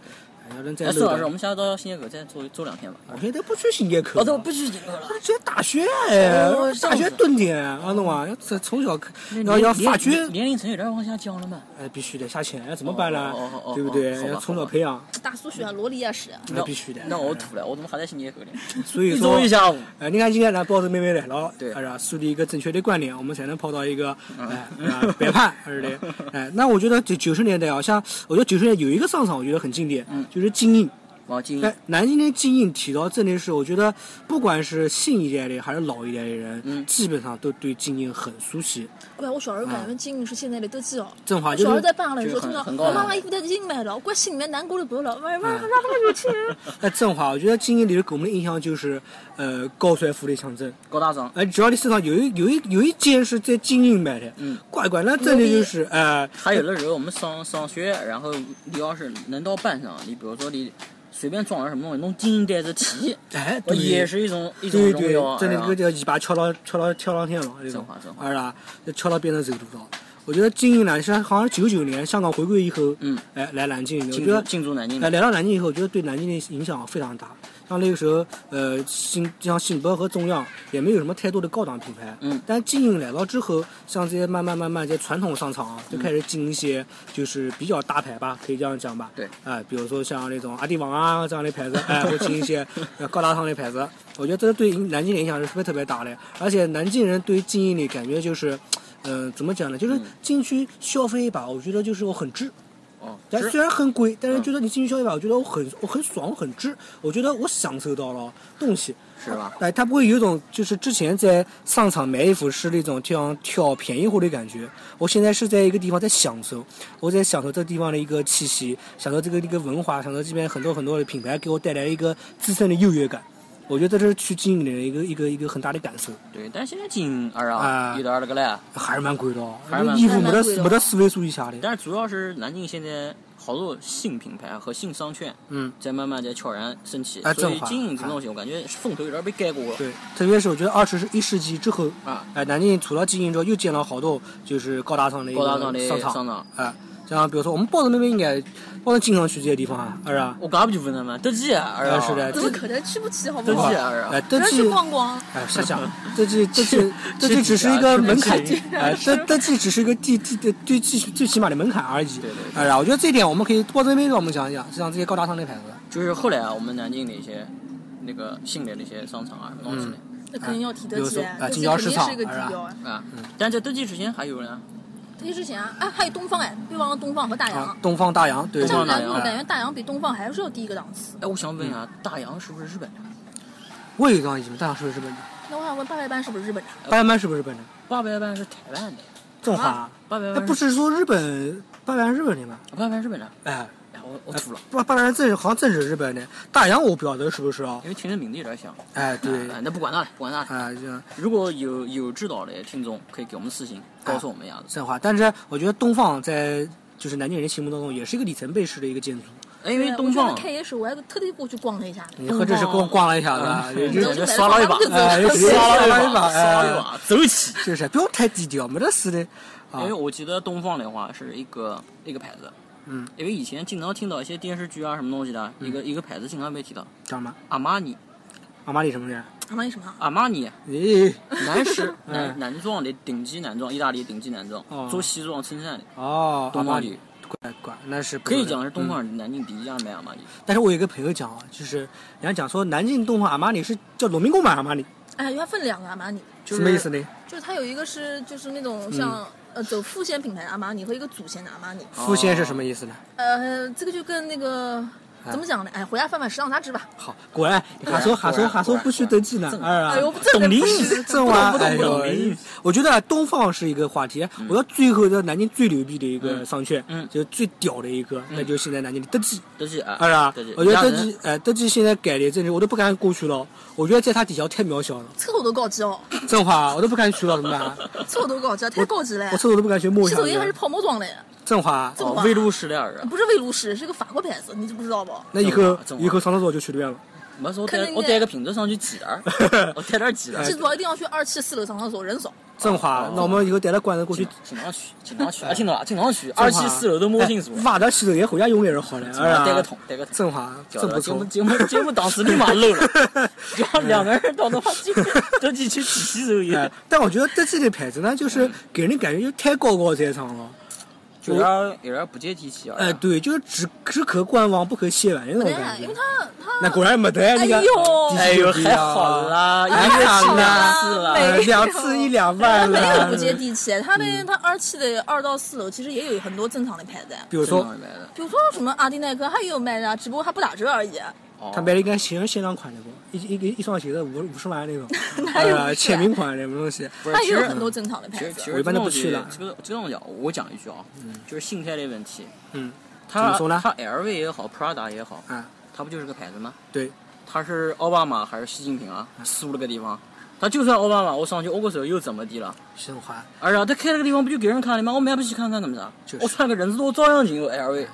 Speaker 2: 要能再
Speaker 3: 哎，
Speaker 2: 露
Speaker 3: 宋
Speaker 2: 的
Speaker 3: 老师，我们下次到新街口再坐坐两天吧。
Speaker 2: 我现在不去新街口。
Speaker 3: 哦，对，我不去新街口了。
Speaker 2: 这大学哎
Speaker 3: 哦，这
Speaker 2: 大
Speaker 3: 样
Speaker 2: 学
Speaker 3: 子
Speaker 2: 蹲点，啊，懂吗？要这从小要要发掘
Speaker 3: 年，年龄层有点往下降了嘛。
Speaker 2: 哎，必须的，下钱哎怎么办呢
Speaker 3: 哦哦哦哦？
Speaker 2: 对不对
Speaker 3: 好吧？
Speaker 2: 要从小
Speaker 3: 好吧
Speaker 2: 培养，
Speaker 4: 大叔
Speaker 2: 嗯
Speaker 4: 喜欢萝莉也是。啊
Speaker 2: 那必须的。哎
Speaker 3: 那我土了，我怎么还在新街口呢？
Speaker 2: 所以
Speaker 3: 一
Speaker 2: 说
Speaker 3: 周一下午。
Speaker 2: 哎，你看今天咱抱着妹妹来了，
Speaker 3: 对嗯
Speaker 2: 是吧？树立一个正确的观点，我们才能跑到一个哎啊白判，是的。哎，那我觉得九九十年代啊，像我觉得九十年代有一个商场，我觉得很经典，
Speaker 3: 嗯
Speaker 2: 就是精英。
Speaker 3: 王晶，
Speaker 2: 哎，南京的精英体到真的是，我觉得不管是新一代的还是老一代的人，
Speaker 3: 嗯
Speaker 2: 基本上都对精英很熟悉。
Speaker 4: 对，我小时候感觉金鱼是现在的德基哦。
Speaker 2: 正好
Speaker 4: 我
Speaker 2: 啊就
Speaker 4: 小时候
Speaker 2: 是
Speaker 4: 在办的时候，
Speaker 3: 就是很
Speaker 4: 听到
Speaker 3: 很高
Speaker 4: 我
Speaker 3: 的
Speaker 4: 妈妈衣服在金买的，我怪心里面难过的不得了，哇哇
Speaker 2: 嗯
Speaker 4: 哇，那么
Speaker 2: [laughs]
Speaker 4: 有钱。
Speaker 2: 哎，正好我觉得精英里头给我们的印象就是，呃，高帅富的象征。
Speaker 3: 高大上，
Speaker 2: 哎，只要你身上有一有一有一件是在精英买的，
Speaker 3: 嗯，
Speaker 2: 乖乖，那真的就是哎。
Speaker 3: 还有的时候我们上上学，然后你要是能到班上，你比如说你随便装点什么东西，弄金银带子旗，
Speaker 2: 哎，
Speaker 3: 我
Speaker 2: 对
Speaker 3: 也是一种一种
Speaker 2: 对
Speaker 3: 荣
Speaker 2: 对
Speaker 3: 耀啊，，
Speaker 2: 真的
Speaker 3: 是吧
Speaker 2: 这个尾巴翘到翘到翘上天了，这
Speaker 3: 真
Speaker 2: 种
Speaker 3: 话真，话
Speaker 2: 是吧？就翘到变成走路了。我觉得金英呢，像好像九九年香港回归以后，
Speaker 3: 嗯，
Speaker 2: 哎，来南京，我
Speaker 3: 进
Speaker 2: 觉
Speaker 3: 驻
Speaker 2: 得
Speaker 3: 进驻南京
Speaker 2: 哎
Speaker 3: 的，
Speaker 2: 来到南京以后，我觉得对南京的影响非常大。像那个时候，呃，新像新博和中央也没有什么太多的高档品牌，
Speaker 3: 嗯
Speaker 2: 但金英来到之后，像这些慢慢慢慢这些传统商场啊，就开
Speaker 3: 嗯
Speaker 2: 始进一些就是比较大牌吧，可以这样讲吧，
Speaker 3: 对
Speaker 2: 哎、比如说像那种阿迪王啊这样的牌子，
Speaker 3: [laughs]
Speaker 2: 哎、会进一些呃高大上的牌子，我觉得这对南京的影响是特别特别大的，而且南京人对金英的感觉就是，嗯、怎么讲呢，就是进去消费一把，我觉得就是我很值，
Speaker 3: 哦，
Speaker 2: 但
Speaker 3: 是嗯
Speaker 2: 虽然很贵，但是觉得你进去消费吧，我觉得我很我很爽，我很值，我觉得我享受到了东西。
Speaker 3: 是吧？
Speaker 2: 哎，它不会有一种就是之前在商场买衣服是那种这样挑便宜货的感觉，我现在是在一个地方在享受，我在享受这地方的一个气息，享受这个一个文化，享受这边很多很多的品牌给我带来一个自身的优越感。我觉得这是去经营的一个一个一个很大的感受，
Speaker 3: 对，但现在金二
Speaker 2: 啊
Speaker 3: 啊，有点儿那个嘞，
Speaker 2: 还是蛮贵的哦，
Speaker 3: 还是蛮
Speaker 2: 衣服没
Speaker 4: 还蛮贵
Speaker 2: 得
Speaker 4: 的
Speaker 2: 没得四位数以下的。
Speaker 3: 但是主要是南京现在好多新品牌和新商圈，
Speaker 2: 嗯，
Speaker 3: 在慢慢在悄然升起
Speaker 2: 哎，
Speaker 3: 所以
Speaker 2: 正好
Speaker 3: 经营这东西，我感觉风头有点儿被盖过了。
Speaker 2: 对，特别是我觉得二十一世纪之后，
Speaker 3: 啊
Speaker 2: 哎，南京除了经营之后，又建了好多就是高大上的一
Speaker 3: 高大
Speaker 2: 个
Speaker 3: 上的
Speaker 2: 商场，
Speaker 3: 商场
Speaker 2: 哎，像比如说我们包头那边应该，包头经常去这些地方啊，是啊，
Speaker 3: 我刚不就问他们，得几啊？二
Speaker 2: 啊
Speaker 3: 啊，
Speaker 2: 是的
Speaker 4: 怎么可能去不起？好不
Speaker 3: 得
Speaker 4: 好
Speaker 3: 几？啊？二
Speaker 2: 哎，
Speaker 3: 啊？
Speaker 2: 德
Speaker 4: 咱
Speaker 2: 记
Speaker 4: 去逛逛，
Speaker 2: 哎，瞎讲，这这这这这这只是一个门槛
Speaker 3: 去，
Speaker 2: 哎，这这这只是一个地地地最最最起码的门槛而已。
Speaker 3: 对对对
Speaker 2: 哎呀，我觉得这一点我们可以多这边给我们讲一讲，像这些高大上的牌子。
Speaker 3: 就是后来啊，我们南京的一些那个新的那些商场啊，什么东西的。
Speaker 4: 那肯定要提德
Speaker 2: 有
Speaker 4: 基
Speaker 2: 时候啊
Speaker 4: 德基
Speaker 2: 经销
Speaker 4: 肯
Speaker 2: 市
Speaker 4: 定
Speaker 2: 场
Speaker 4: 是一个
Speaker 2: 是吧
Speaker 4: 地标啊。
Speaker 3: 啊，
Speaker 2: 嗯
Speaker 3: 但这登记之前还有呢，
Speaker 4: 德基之前啊，啊还有东方哎，别忘了东方和大
Speaker 2: 啊
Speaker 4: 洋。，
Speaker 2: 东方大洋，啊对，哎
Speaker 4: 这样
Speaker 3: 东方大
Speaker 4: 来
Speaker 3: 洋
Speaker 4: 说，我感觉大洋比东方还是要低一个档次。
Speaker 3: 哎，我想问一
Speaker 2: 嗯
Speaker 3: 下，大洋是不是日本的？
Speaker 2: 我有一张疑问，大洋是不是日本的？
Speaker 4: 那我想问八佰伴是不是日本的？
Speaker 3: 呃
Speaker 2: 八百班是不是日本的？
Speaker 3: 八百万是台湾的，
Speaker 2: 中华
Speaker 4: 啊，
Speaker 3: 八百
Speaker 2: 哎，
Speaker 3: 万
Speaker 2: 不，是说日本八百班是日本的吗？
Speaker 3: 八百万日本的。
Speaker 2: 哎，
Speaker 3: 哎，我我吐了，
Speaker 2: 八八百班正好像正是日本的，大洋我不晓得是不是啊？
Speaker 3: 因为听着名字有点像。
Speaker 2: 哎，对，
Speaker 3: 哎那不管他了，不管他了。
Speaker 2: 哎，这样。
Speaker 3: 如果有有知道的听众，可以给我们私信，告诉我们一下子。
Speaker 2: 神话，但是我觉得东方在就是南京人心目当中也是一个里程碑式的一个建筑。
Speaker 3: 哎，因为
Speaker 4: 对
Speaker 3: 东
Speaker 4: 我
Speaker 2: 啊
Speaker 3: 方
Speaker 4: 觉得开业时候我还特地过去逛了一下。
Speaker 2: 你何止是逛逛了一下子啊，
Speaker 3: 嗯
Speaker 2: 也
Speaker 3: 你
Speaker 2: 就
Speaker 3: 这
Speaker 2: 是
Speaker 3: 就刷了一把
Speaker 2: 哎就直接
Speaker 3: 刷了一
Speaker 2: 把，
Speaker 3: 把，刷了一
Speaker 2: 哎，
Speaker 3: 把，走起！
Speaker 2: 就是不要太低调，没得事的啊
Speaker 3: 因为。我记得东方的话是一个一个牌子，
Speaker 2: 嗯，
Speaker 3: 因为以前经常听到一些电视剧啊什么东西的，一个一个牌子经常被提到，
Speaker 2: 讲嘛，
Speaker 3: 阿玛尼，
Speaker 2: 阿玛尼什么人？
Speaker 4: 他啊们什么？
Speaker 3: 阿玛尼
Speaker 2: 咦，
Speaker 3: 男士
Speaker 2: [laughs] 嗯
Speaker 3: 男男装的顶级男装，意大利顶级男装
Speaker 2: 哦，
Speaker 3: 做西装衬衫的，
Speaker 2: 哦，阿
Speaker 3: 东
Speaker 2: 玛
Speaker 3: 方
Speaker 2: 尼
Speaker 3: 女，
Speaker 2: 怪怪，那是不
Speaker 3: 可以
Speaker 2: 错的
Speaker 3: 讲是东。
Speaker 2: 嗯
Speaker 3: 方南京第一家啊卖阿玛尼，
Speaker 2: 但是我有一个朋友讲啊，就是人家讲说南京东方阿玛尼是叫农民工版阿玛尼，
Speaker 4: 哎，原来分两个阿玛尼，
Speaker 3: 就
Speaker 2: 什
Speaker 3: 是
Speaker 2: 么意思呢？
Speaker 4: 就是它有一个是就是那种
Speaker 2: 嗯
Speaker 4: 像呃走副线品牌的阿玛尼和一个主线的阿玛尼。
Speaker 2: 复线是什么意思呢？
Speaker 4: 呃，这个就跟那个
Speaker 2: 啊
Speaker 4: 怎么讲呢？哎，回家翻翻时尚杂志吧。
Speaker 2: 好，果然哈说哈说哈说不虚得技能，啊！
Speaker 4: 哎呦不真的
Speaker 2: 懂
Speaker 4: 不
Speaker 2: 林
Speaker 4: 是，
Speaker 2: 这玩意儿，哎呦，我觉得东方是一个话题。我要最后的南京最牛逼的一个商圈，
Speaker 3: 嗯
Speaker 2: 就是最屌的一个，那就是现在南京的德基，
Speaker 3: 德基啊，
Speaker 2: 是吧
Speaker 3: 德基，
Speaker 2: 哎我觉得
Speaker 3: 亚
Speaker 2: 德
Speaker 3: 人
Speaker 2: 基，哎，德基现在改的真是我都不敢过去了。我觉得在它底下太渺小了，
Speaker 4: 厕所都高级哦， [coughs]
Speaker 2: 这话我都不敢去了，怎么办？啊
Speaker 4: 厕所都高级，太高级了
Speaker 2: 我。厕所都不敢去摸一
Speaker 4: 洗
Speaker 2: 下
Speaker 4: 手。间还是泡沫装的，
Speaker 2: 这话，
Speaker 4: 这么
Speaker 3: 哦
Speaker 4: 吧
Speaker 3: 威露士的尔
Speaker 4: [laughs]
Speaker 3: 啊，
Speaker 4: 不是威露士，是个法国牌子，你知不知道不？
Speaker 2: 那以后
Speaker 3: 正好
Speaker 2: 以后上厕所就去那边了。
Speaker 3: 没事，我
Speaker 4: 看
Speaker 3: 带
Speaker 4: 人
Speaker 3: 我
Speaker 4: 家
Speaker 3: 带个瓶子上去挤
Speaker 2: [laughs]
Speaker 3: 点儿，我带点儿挤点儿
Speaker 2: 哎
Speaker 4: 记，住啊，一定要去二期四楼上厕所，人少。
Speaker 2: 这话
Speaker 3: 哦，
Speaker 2: 那我们以后带着管子过去
Speaker 3: 经常经常去，经常去，啊，经常经常
Speaker 2: [laughs]
Speaker 3: 去，二期四楼都摸清楚
Speaker 2: 哎，挖点洗手间回家用也是好的，
Speaker 3: 经啊常带
Speaker 2: 哎呀
Speaker 3: 个桶，带个桶。
Speaker 2: 正华
Speaker 3: 叫
Speaker 2: 真不
Speaker 3: 节目
Speaker 2: 错。
Speaker 3: 节目节目档次立马漏
Speaker 2: [laughs]
Speaker 3: 了，然后两个人到他妈就都进去洗洗手
Speaker 2: 嗯哎
Speaker 3: 液，，
Speaker 2: 但我觉得这次的牌子呢，
Speaker 3: 嗯
Speaker 2: 就是给人感觉就太高高在上了。
Speaker 3: 就有点有点不接地气啊。
Speaker 2: 哎，对，就是只只可观望不可亵玩的那种
Speaker 4: 哎，
Speaker 2: 感
Speaker 4: 因
Speaker 2: 觉
Speaker 4: 为。它
Speaker 2: 那
Speaker 4: 它
Speaker 2: 果然没得那
Speaker 4: 哎
Speaker 2: 个，
Speaker 4: 呦
Speaker 3: 哎呦，还好啦，
Speaker 2: 哎
Speaker 3: 一个
Speaker 2: 呀
Speaker 3: 月
Speaker 2: 那
Speaker 3: 次了，
Speaker 4: 没
Speaker 2: 哎
Speaker 4: 有
Speaker 2: 两次一两万
Speaker 4: 没有不
Speaker 2: 了。嗯
Speaker 4: 接地气，它的它二期的二到四楼其实也有很多正常的牌子，
Speaker 2: 比如说，
Speaker 4: 比如说什么阿迪耐克，它也有卖的啊，只不过它不打折而已。啊
Speaker 3: 哦
Speaker 2: 他买了一个鞋限量款的不，一一个一双鞋子五五十万那种，
Speaker 4: [laughs] 哪
Speaker 2: 哎
Speaker 4: 有
Speaker 2: 呀，
Speaker 4: 不是啊
Speaker 2: 签名款的什么东西。
Speaker 3: 不是
Speaker 4: 它
Speaker 3: 其
Speaker 4: 也有
Speaker 3: 实
Speaker 4: 很多正常的
Speaker 3: 其
Speaker 4: 牌
Speaker 3: 实其
Speaker 4: 子。
Speaker 3: 实
Speaker 2: 我一般都不去了
Speaker 3: 了。这个这种讲，我讲一句啊，就是心态的问题。
Speaker 2: 嗯，
Speaker 3: 他
Speaker 2: 怎么说呢
Speaker 3: 他 LV 也好，Prada 也好，
Speaker 2: 啊，
Speaker 3: 他不就是个牌子吗？
Speaker 2: 对，
Speaker 3: 他是奥巴马还是习近平啊？
Speaker 2: 嗯
Speaker 3: 输了个地方。他就算奥巴马，我上去握个手又怎么地了？
Speaker 2: 申花。
Speaker 3: 哎呀，他开了个地方不就给人看的吗？我买不起看看干么啥？
Speaker 2: 就是
Speaker 3: 我穿个人字拖照样进入 LV，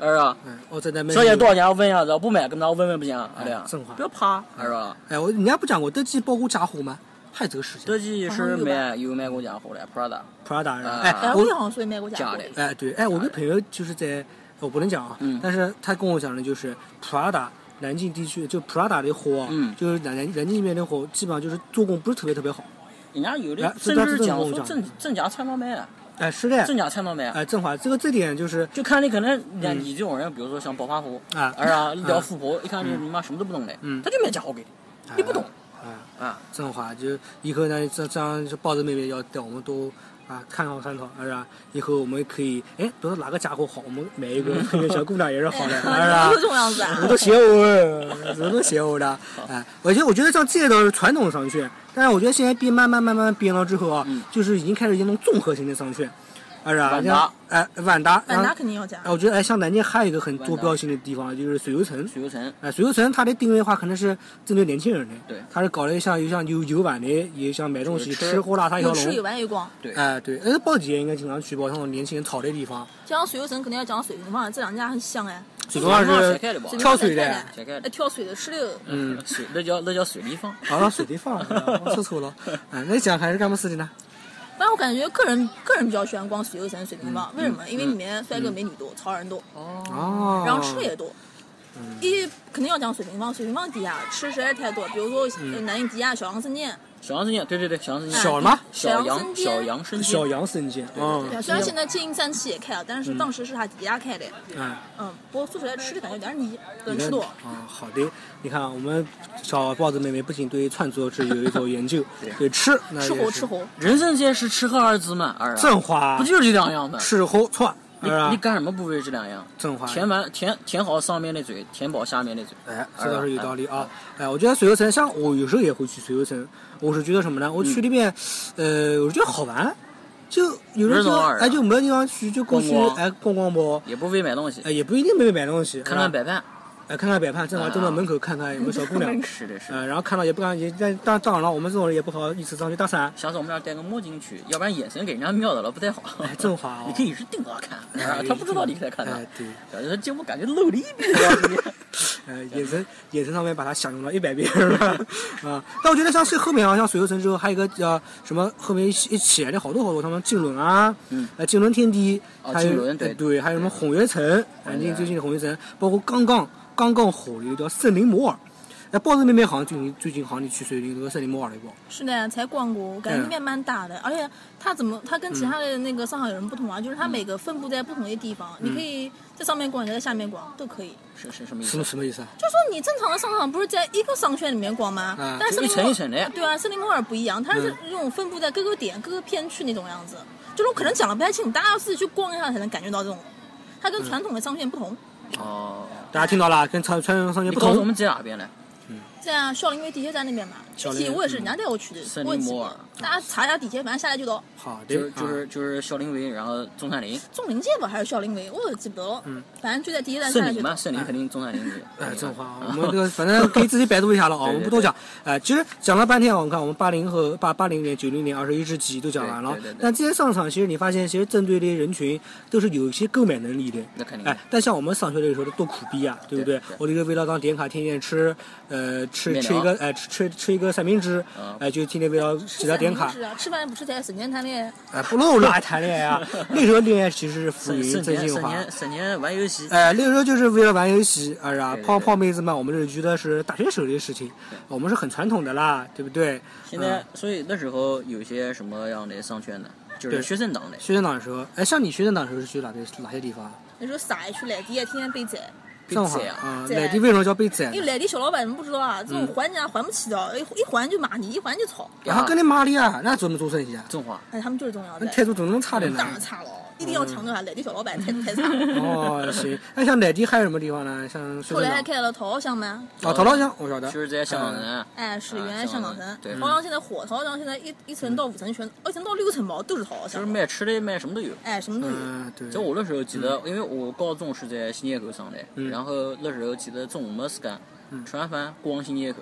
Speaker 3: 哎呀，
Speaker 2: 嗯，我在那边。
Speaker 3: 小姐多少钱？我问一下子，不买干么啥？我问问不行啊？哎呀
Speaker 2: 哎正话，
Speaker 3: 不要怕，哎呀，
Speaker 2: 哎，我人家不讲过，德基包括假货吗？还有这个事情。
Speaker 3: 德基是卖有卖过假货的，Prada。
Speaker 2: Prada 是吧？
Speaker 3: 啊
Speaker 2: 哎，
Speaker 4: 哎，
Speaker 2: 我
Speaker 4: 我好像所以卖过假货
Speaker 3: 假的
Speaker 2: 哎，对，哎，我跟朋友就是在，我不能讲啊，
Speaker 3: 嗯
Speaker 2: 但是他跟我讲的就是 Prada 南京地区就 Prada 的货啊，
Speaker 3: 嗯
Speaker 2: 就是南南南京那边的货，基本上就是做工不是特别特别好。
Speaker 3: 人家有
Speaker 2: 哎
Speaker 3: 的
Speaker 2: 这
Speaker 3: 甚
Speaker 2: 段
Speaker 3: 至
Speaker 2: 是正
Speaker 3: 讲
Speaker 2: 宗
Speaker 3: 说
Speaker 2: 讲
Speaker 3: 真真假参照卖啊，
Speaker 2: 哎，是的，
Speaker 3: 真假参照卖啊，
Speaker 2: 哎，振华，这个这点就是
Speaker 3: 就看你可能像你这种人，比如说像暴发户
Speaker 2: 啊
Speaker 3: 哎呀，聊富婆，一看就是你妈什么都不懂的，
Speaker 2: 嗯
Speaker 3: 他就卖假货给你，你不懂
Speaker 2: 啊，
Speaker 3: 啊，
Speaker 2: 振华就以后呢，这这样就豹子妹妹要带我们多啊看好看好，是吧？以后我们可以，哎，比如说哪个家伙好，我们买一个推给小姑娘也是好
Speaker 4: [laughs]
Speaker 2: 的，是吧
Speaker 4: 就？这种样子啊
Speaker 2: 我。都邪乎，人都邪乎的。哎，我觉得我觉得像这种是传统商圈，但是我觉得现在变慢慢慢慢变了之后啊，
Speaker 3: 嗯
Speaker 2: 就是已经开始那种综合型的商圈，啊，是吧？
Speaker 3: 万达
Speaker 2: 像哎，万达，
Speaker 4: 反
Speaker 2: 然
Speaker 4: 达
Speaker 2: 后
Speaker 4: 肯定要假
Speaker 2: 哎，。我觉得哎，像南京还有一个很
Speaker 3: 达
Speaker 2: 坐标性的地方就是水游城。
Speaker 3: 水游城
Speaker 2: 哎，水游城它的定位的话，可能是针对年轻人的，
Speaker 3: 对
Speaker 2: 它是搞了一项有像有游玩的，也像买东西、
Speaker 3: 就是吃
Speaker 2: 吃喝拉撒一条
Speaker 4: 有吃有
Speaker 2: 龙。
Speaker 4: 玩有逛，
Speaker 3: 对
Speaker 2: 哎，对，哎，报姐应该经常去报，像那种年轻人炒的地方，
Speaker 4: 讲水游城肯定要讲水平坊，这两家很像哎。
Speaker 2: 水族二
Speaker 3: 水
Speaker 2: 是
Speaker 3: 族开的吧
Speaker 2: 挑水的，
Speaker 4: 水族二哎，挑水的石榴，
Speaker 3: [laughs]
Speaker 2: 嗯，
Speaker 3: 水那叫那叫水立方。
Speaker 2: 啊跑到水地方了，我错错了。哎，那讲还是干么事情呢？
Speaker 4: 但是我感觉个人个人比较喜欢光水油神水凝
Speaker 2: 嗯
Speaker 4: 棒，为什么？因为里面帅哥美女多，潮人多，
Speaker 2: 哦，嗯
Speaker 4: 然后吃的也多。一肯定要讲水平方，水平方底下吃实在是太多，比如说
Speaker 2: 嗯
Speaker 4: 呃南印迪亚小杨生煎，
Speaker 3: 小杨生煎，对对对，小杨生煎，
Speaker 2: 小什么
Speaker 3: 啊小
Speaker 4: 生
Speaker 3: 杨
Speaker 4: 煎
Speaker 3: 小杨生煎
Speaker 2: 小，杨生煎，嗯
Speaker 4: 对啊，虽然现在静音三期也开了，但是当时是他迪亚开的，
Speaker 2: 哎。
Speaker 4: 嗯，不过做出来吃的感觉有点腻，有
Speaker 2: 你
Speaker 4: 点吃
Speaker 2: 看
Speaker 4: 多
Speaker 2: 啊。、好的。你看啊，我们小豹子妹妹不仅对串珠是有一种研究，对吃，那
Speaker 4: 吃
Speaker 2: 也
Speaker 4: 活
Speaker 2: 是
Speaker 4: 吃，活，
Speaker 3: 人生煎是吃喝二字嘛，二啊
Speaker 2: 正花
Speaker 3: 不就是这两样吗？
Speaker 2: 吃活串，
Speaker 3: 你
Speaker 2: 是吧
Speaker 3: 你干什么不为这两样？
Speaker 2: 正花
Speaker 3: 填完填填好上面的嘴，填饱下面的嘴。
Speaker 2: 哎，这倒是有道理啊！哎，我觉得水游城，像我有时候也会去水游城，我是觉得什么呢？我去那边，呃，我觉得好玩，就有
Speaker 3: 没
Speaker 2: 的
Speaker 3: 人
Speaker 2: 时候
Speaker 3: 往哪儿啊
Speaker 2: 哎就没地方去，就过去
Speaker 3: 逛逛
Speaker 2: 哎逛逛不，
Speaker 3: 也不为买东西，
Speaker 2: 哎也不一定没买东西，
Speaker 3: 看看
Speaker 2: 是吧
Speaker 3: 摆盘。
Speaker 2: 哎看看摆盘，正好
Speaker 3: 啊
Speaker 2: 蹲到门口看看有没有小姑娘，
Speaker 3: [laughs] 是的，是的。
Speaker 2: 呃，然后看到也不敢也但但当然了，我们这种人也不好意思上去搭讪。
Speaker 3: 下次我们俩戴个墨镜去，要不然眼神给人家瞄到了不太好。
Speaker 2: 哎，正
Speaker 3: [laughs]
Speaker 2: 华哦，
Speaker 3: 你可以一直盯着他看，
Speaker 2: 哎
Speaker 3: 啊 [laughs] 他不知道你在看他
Speaker 2: 哎，对，
Speaker 3: 感觉这我感觉露了一逼
Speaker 2: [laughs]
Speaker 3: 了。
Speaker 2: 呃，眼神眼神上面把它享用了一百遍，是吧？ [laughs] 啊，但我觉得像是后面啊，像水游城之后，还有一个叫什么，后面一起一起来的好多好多，他们竞轮啊，
Speaker 3: 嗯，
Speaker 2: 呃，竞轮天地，
Speaker 3: 哦
Speaker 2: 还有
Speaker 3: 竞轮对啊
Speaker 2: 呃对，还有什么红月城，南京最近的红月城，包括刚刚刚刚火的一个叫森林摩尔，哎，豹子妹妹好像最近最近好像你去水那个森林摩尔了一个，
Speaker 4: 是的，才逛过，我
Speaker 3: 啊
Speaker 4: 感觉那边蛮大的，而且它怎么，它跟其他的那个上海有什么不同啊？
Speaker 3: 嗯
Speaker 4: 就是它每个分布在不同的地方，你可以在上面逛，也在下面逛，都可以。
Speaker 3: 是是什么意
Speaker 2: 什么
Speaker 3: 思？
Speaker 2: 什么意思啊？
Speaker 4: 就说你正常的商场不是在一个商圈里面逛吗？
Speaker 2: 啊
Speaker 4: 但是森林
Speaker 3: 就一层一层的呀嗯
Speaker 4: 对啊，森林摩尔不一样，它是那种分布在各个点、各个片区那种样子。就是我可能讲的不太清楚，大家要自己去逛一下才能感觉到这种，它跟传统的商圈不同。
Speaker 3: 哦，
Speaker 2: 大家听到了，跟川川上面
Speaker 3: 你
Speaker 2: 不
Speaker 3: 告诉我
Speaker 2: 同，
Speaker 3: 们在哪边来？
Speaker 4: 在啊，少林街地铁站那边嘛，具
Speaker 2: 少林
Speaker 4: 体我也是人家带我去的，
Speaker 3: 嗯森林
Speaker 4: 我也记不
Speaker 3: 摩尔
Speaker 4: 得。大家查一下地铁，反正下来就到
Speaker 2: 好的，
Speaker 3: 就是就
Speaker 2: 啊
Speaker 3: 是就是孝陵围，然后中山陵，
Speaker 4: 钟灵街吧，还是少林街，我也记不得了。嗯，反正就在地铁站下
Speaker 3: 圣
Speaker 4: 来就
Speaker 3: 陵
Speaker 4: 到
Speaker 3: 嘛，。圣陵肯定中山陵有。
Speaker 2: 哎，这话啊我们
Speaker 3: [laughs]
Speaker 2: 这个反正可以自己百度一下了啊，我们不多讲。哎，其实讲了半天啊，我们看我们八零后、八八零年、九零年、二十一世纪都讲完了
Speaker 3: 对对对。对
Speaker 2: 但这些上场，其实你发现，其实针对的人群都是有一些购买能力的。
Speaker 3: 那肯定
Speaker 2: 哎，但像我们上学的时候多苦逼啊，对不
Speaker 3: 对
Speaker 2: 对
Speaker 3: 对？
Speaker 2: 我这个为了当点卡，天天吃，呃，吃
Speaker 3: 面
Speaker 2: 吃一
Speaker 3: 条
Speaker 2: 个，哎，吃吃吃一个三明治
Speaker 3: 啊，
Speaker 2: 哎，就天天为了其他点卡
Speaker 4: 是，啊，吃饭不吃菜，省钱谈恋爱。
Speaker 2: 哎，不露哪谈恋爱啊？那时候恋爱其实是浮
Speaker 3: 省
Speaker 2: 云
Speaker 3: 省
Speaker 2: 真
Speaker 3: 钱
Speaker 2: 心
Speaker 3: 省
Speaker 2: 话。
Speaker 3: 钱省钱玩游戏，
Speaker 2: 哎，那时候就是为了玩游戏，啊，然后
Speaker 3: 对对
Speaker 2: 泡
Speaker 3: 对
Speaker 2: 泡妹子嘛，我们是觉得是大学时候的事情，我们是很传统的啦，对不对？
Speaker 3: 现在
Speaker 2: 嗯、
Speaker 3: 所以那时候有些什么样的商圈呢？就
Speaker 2: 对
Speaker 3: 是学生党的，
Speaker 2: 学生党的时候，哎，像你学生党的时候是去哪些哪些地方？
Speaker 4: 那时候傻一去来地啊，天天被宰。
Speaker 3: 被
Speaker 2: 上海
Speaker 3: 宰啊，
Speaker 2: 啊，
Speaker 4: 宰
Speaker 2: 内地为什么叫被宰呢？
Speaker 4: 因为来的小老板们不知道啊，这种还人家还不起的，一一还就骂你，一还就吵。
Speaker 2: 然后跟你妈的啊，那怎么做生意啊？
Speaker 3: 中华
Speaker 4: 哎，他们就是这种样
Speaker 2: 那
Speaker 4: 子，
Speaker 2: 态度怎么能差点呢
Speaker 4: 当？然差了，一定要强调啊，来的小老板态度太差。
Speaker 2: 哦，行。那像内地还有什么地方呢？像学
Speaker 4: 后
Speaker 2: 生
Speaker 4: 来还
Speaker 2: 党
Speaker 4: 开了桃花巷嘛，
Speaker 2: 啊，淘淘乡我晓得，
Speaker 3: 就是在香港
Speaker 2: 嗯
Speaker 3: 人，
Speaker 4: 哎，是
Speaker 3: 啊
Speaker 4: 原来香港
Speaker 3: 香港
Speaker 4: 城，
Speaker 3: 对
Speaker 4: 桃花巷现在火，桃花巷现在一一层到五层全，一层到六层吧，都是桃花
Speaker 3: 就是
Speaker 4: 巷。
Speaker 3: 卖吃的卖什么都有。
Speaker 4: 哎，什么都有。
Speaker 2: 嗯，对。
Speaker 3: 在我那时候记得，因为我高中是在新街口上的，
Speaker 2: 嗯
Speaker 3: 然后那时候记得中午没事干，吃完饭逛新街口，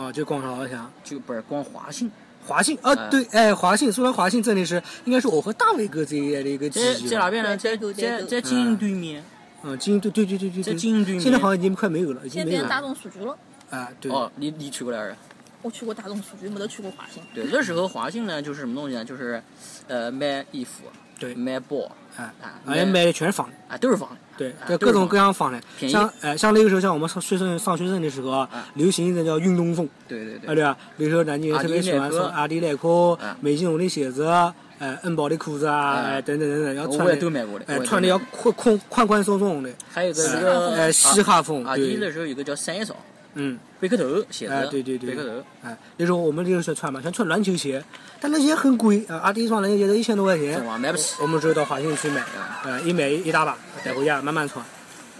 Speaker 2: 啊，就逛淘淘乡。
Speaker 3: 就不是逛华信，
Speaker 2: 华信啊，
Speaker 3: 哎
Speaker 2: 对，哎，华信，说到华信，真的是应该是我和大伟哥这一代的一个记
Speaker 3: 在
Speaker 2: 忆
Speaker 3: 在
Speaker 2: 了
Speaker 3: 哪边呢？
Speaker 4: 对
Speaker 3: 在
Speaker 4: 对对
Speaker 3: 在
Speaker 4: 对
Speaker 3: 在金银对面。
Speaker 2: 嗯，金鹰对对对对对，
Speaker 3: 在
Speaker 2: 对
Speaker 3: 金鹰对面
Speaker 2: 现在好像已经快没有了，已经
Speaker 4: 现在
Speaker 2: 没有
Speaker 4: 变成大
Speaker 2: 了
Speaker 4: 众书局了，
Speaker 2: 啊，对，
Speaker 3: 哦，你你去过那儿？
Speaker 4: 我去过大众书局，没得去过华信。
Speaker 3: 对，那时候华信呢，就是什么东西呢？就是，呃，卖衣服，
Speaker 2: 对
Speaker 3: 卖包，
Speaker 2: 哎，
Speaker 3: 啊
Speaker 2: 好像买的全是仿的，
Speaker 3: 啊，都是仿的。
Speaker 2: 对
Speaker 3: 啊，
Speaker 2: 对，各
Speaker 3: 都是
Speaker 2: 种
Speaker 3: 仿
Speaker 2: 各样仿的，
Speaker 3: 便宜
Speaker 2: 像哎，像那个时候像我们上学生上学生的时候啊
Speaker 3: 啊，
Speaker 2: 流行一个叫运动风，
Speaker 3: 对对
Speaker 2: 啊
Speaker 3: 对，
Speaker 2: 对吧？那时候南京人特别喜欢穿阿
Speaker 3: 阿
Speaker 2: 迪耐克
Speaker 3: 啊、
Speaker 2: 美津浓的鞋子啊。哎，恩宝的裤子啊，
Speaker 3: 哎
Speaker 2: 哎，等等等等，然后
Speaker 3: 我
Speaker 2: 穿的
Speaker 3: 也都买过的
Speaker 2: 哎
Speaker 3: 我，也都
Speaker 2: 穿的
Speaker 3: 买
Speaker 2: 要宽
Speaker 3: 过
Speaker 2: 宽宽宽松松的，
Speaker 3: 还有一个
Speaker 2: 哎
Speaker 3: 那个
Speaker 2: 哎，嘻哈风，
Speaker 3: 啊，第一
Speaker 2: 对
Speaker 3: 的，时候有个叫三叶草，
Speaker 2: 嗯，
Speaker 3: 贝壳头鞋
Speaker 2: 哎，
Speaker 3: 子，
Speaker 2: 对对对，
Speaker 3: 贝壳头。
Speaker 2: 哎，那时候我们那时候穿嘛，全穿篮球鞋，但篮球鞋很贵啊，阿迪一双篮球鞋都一千多块钱
Speaker 3: 这，玩意儿买不起
Speaker 2: 我们只有到华信去买，
Speaker 3: 啊
Speaker 2: 呃，一买一大把带回家慢慢穿，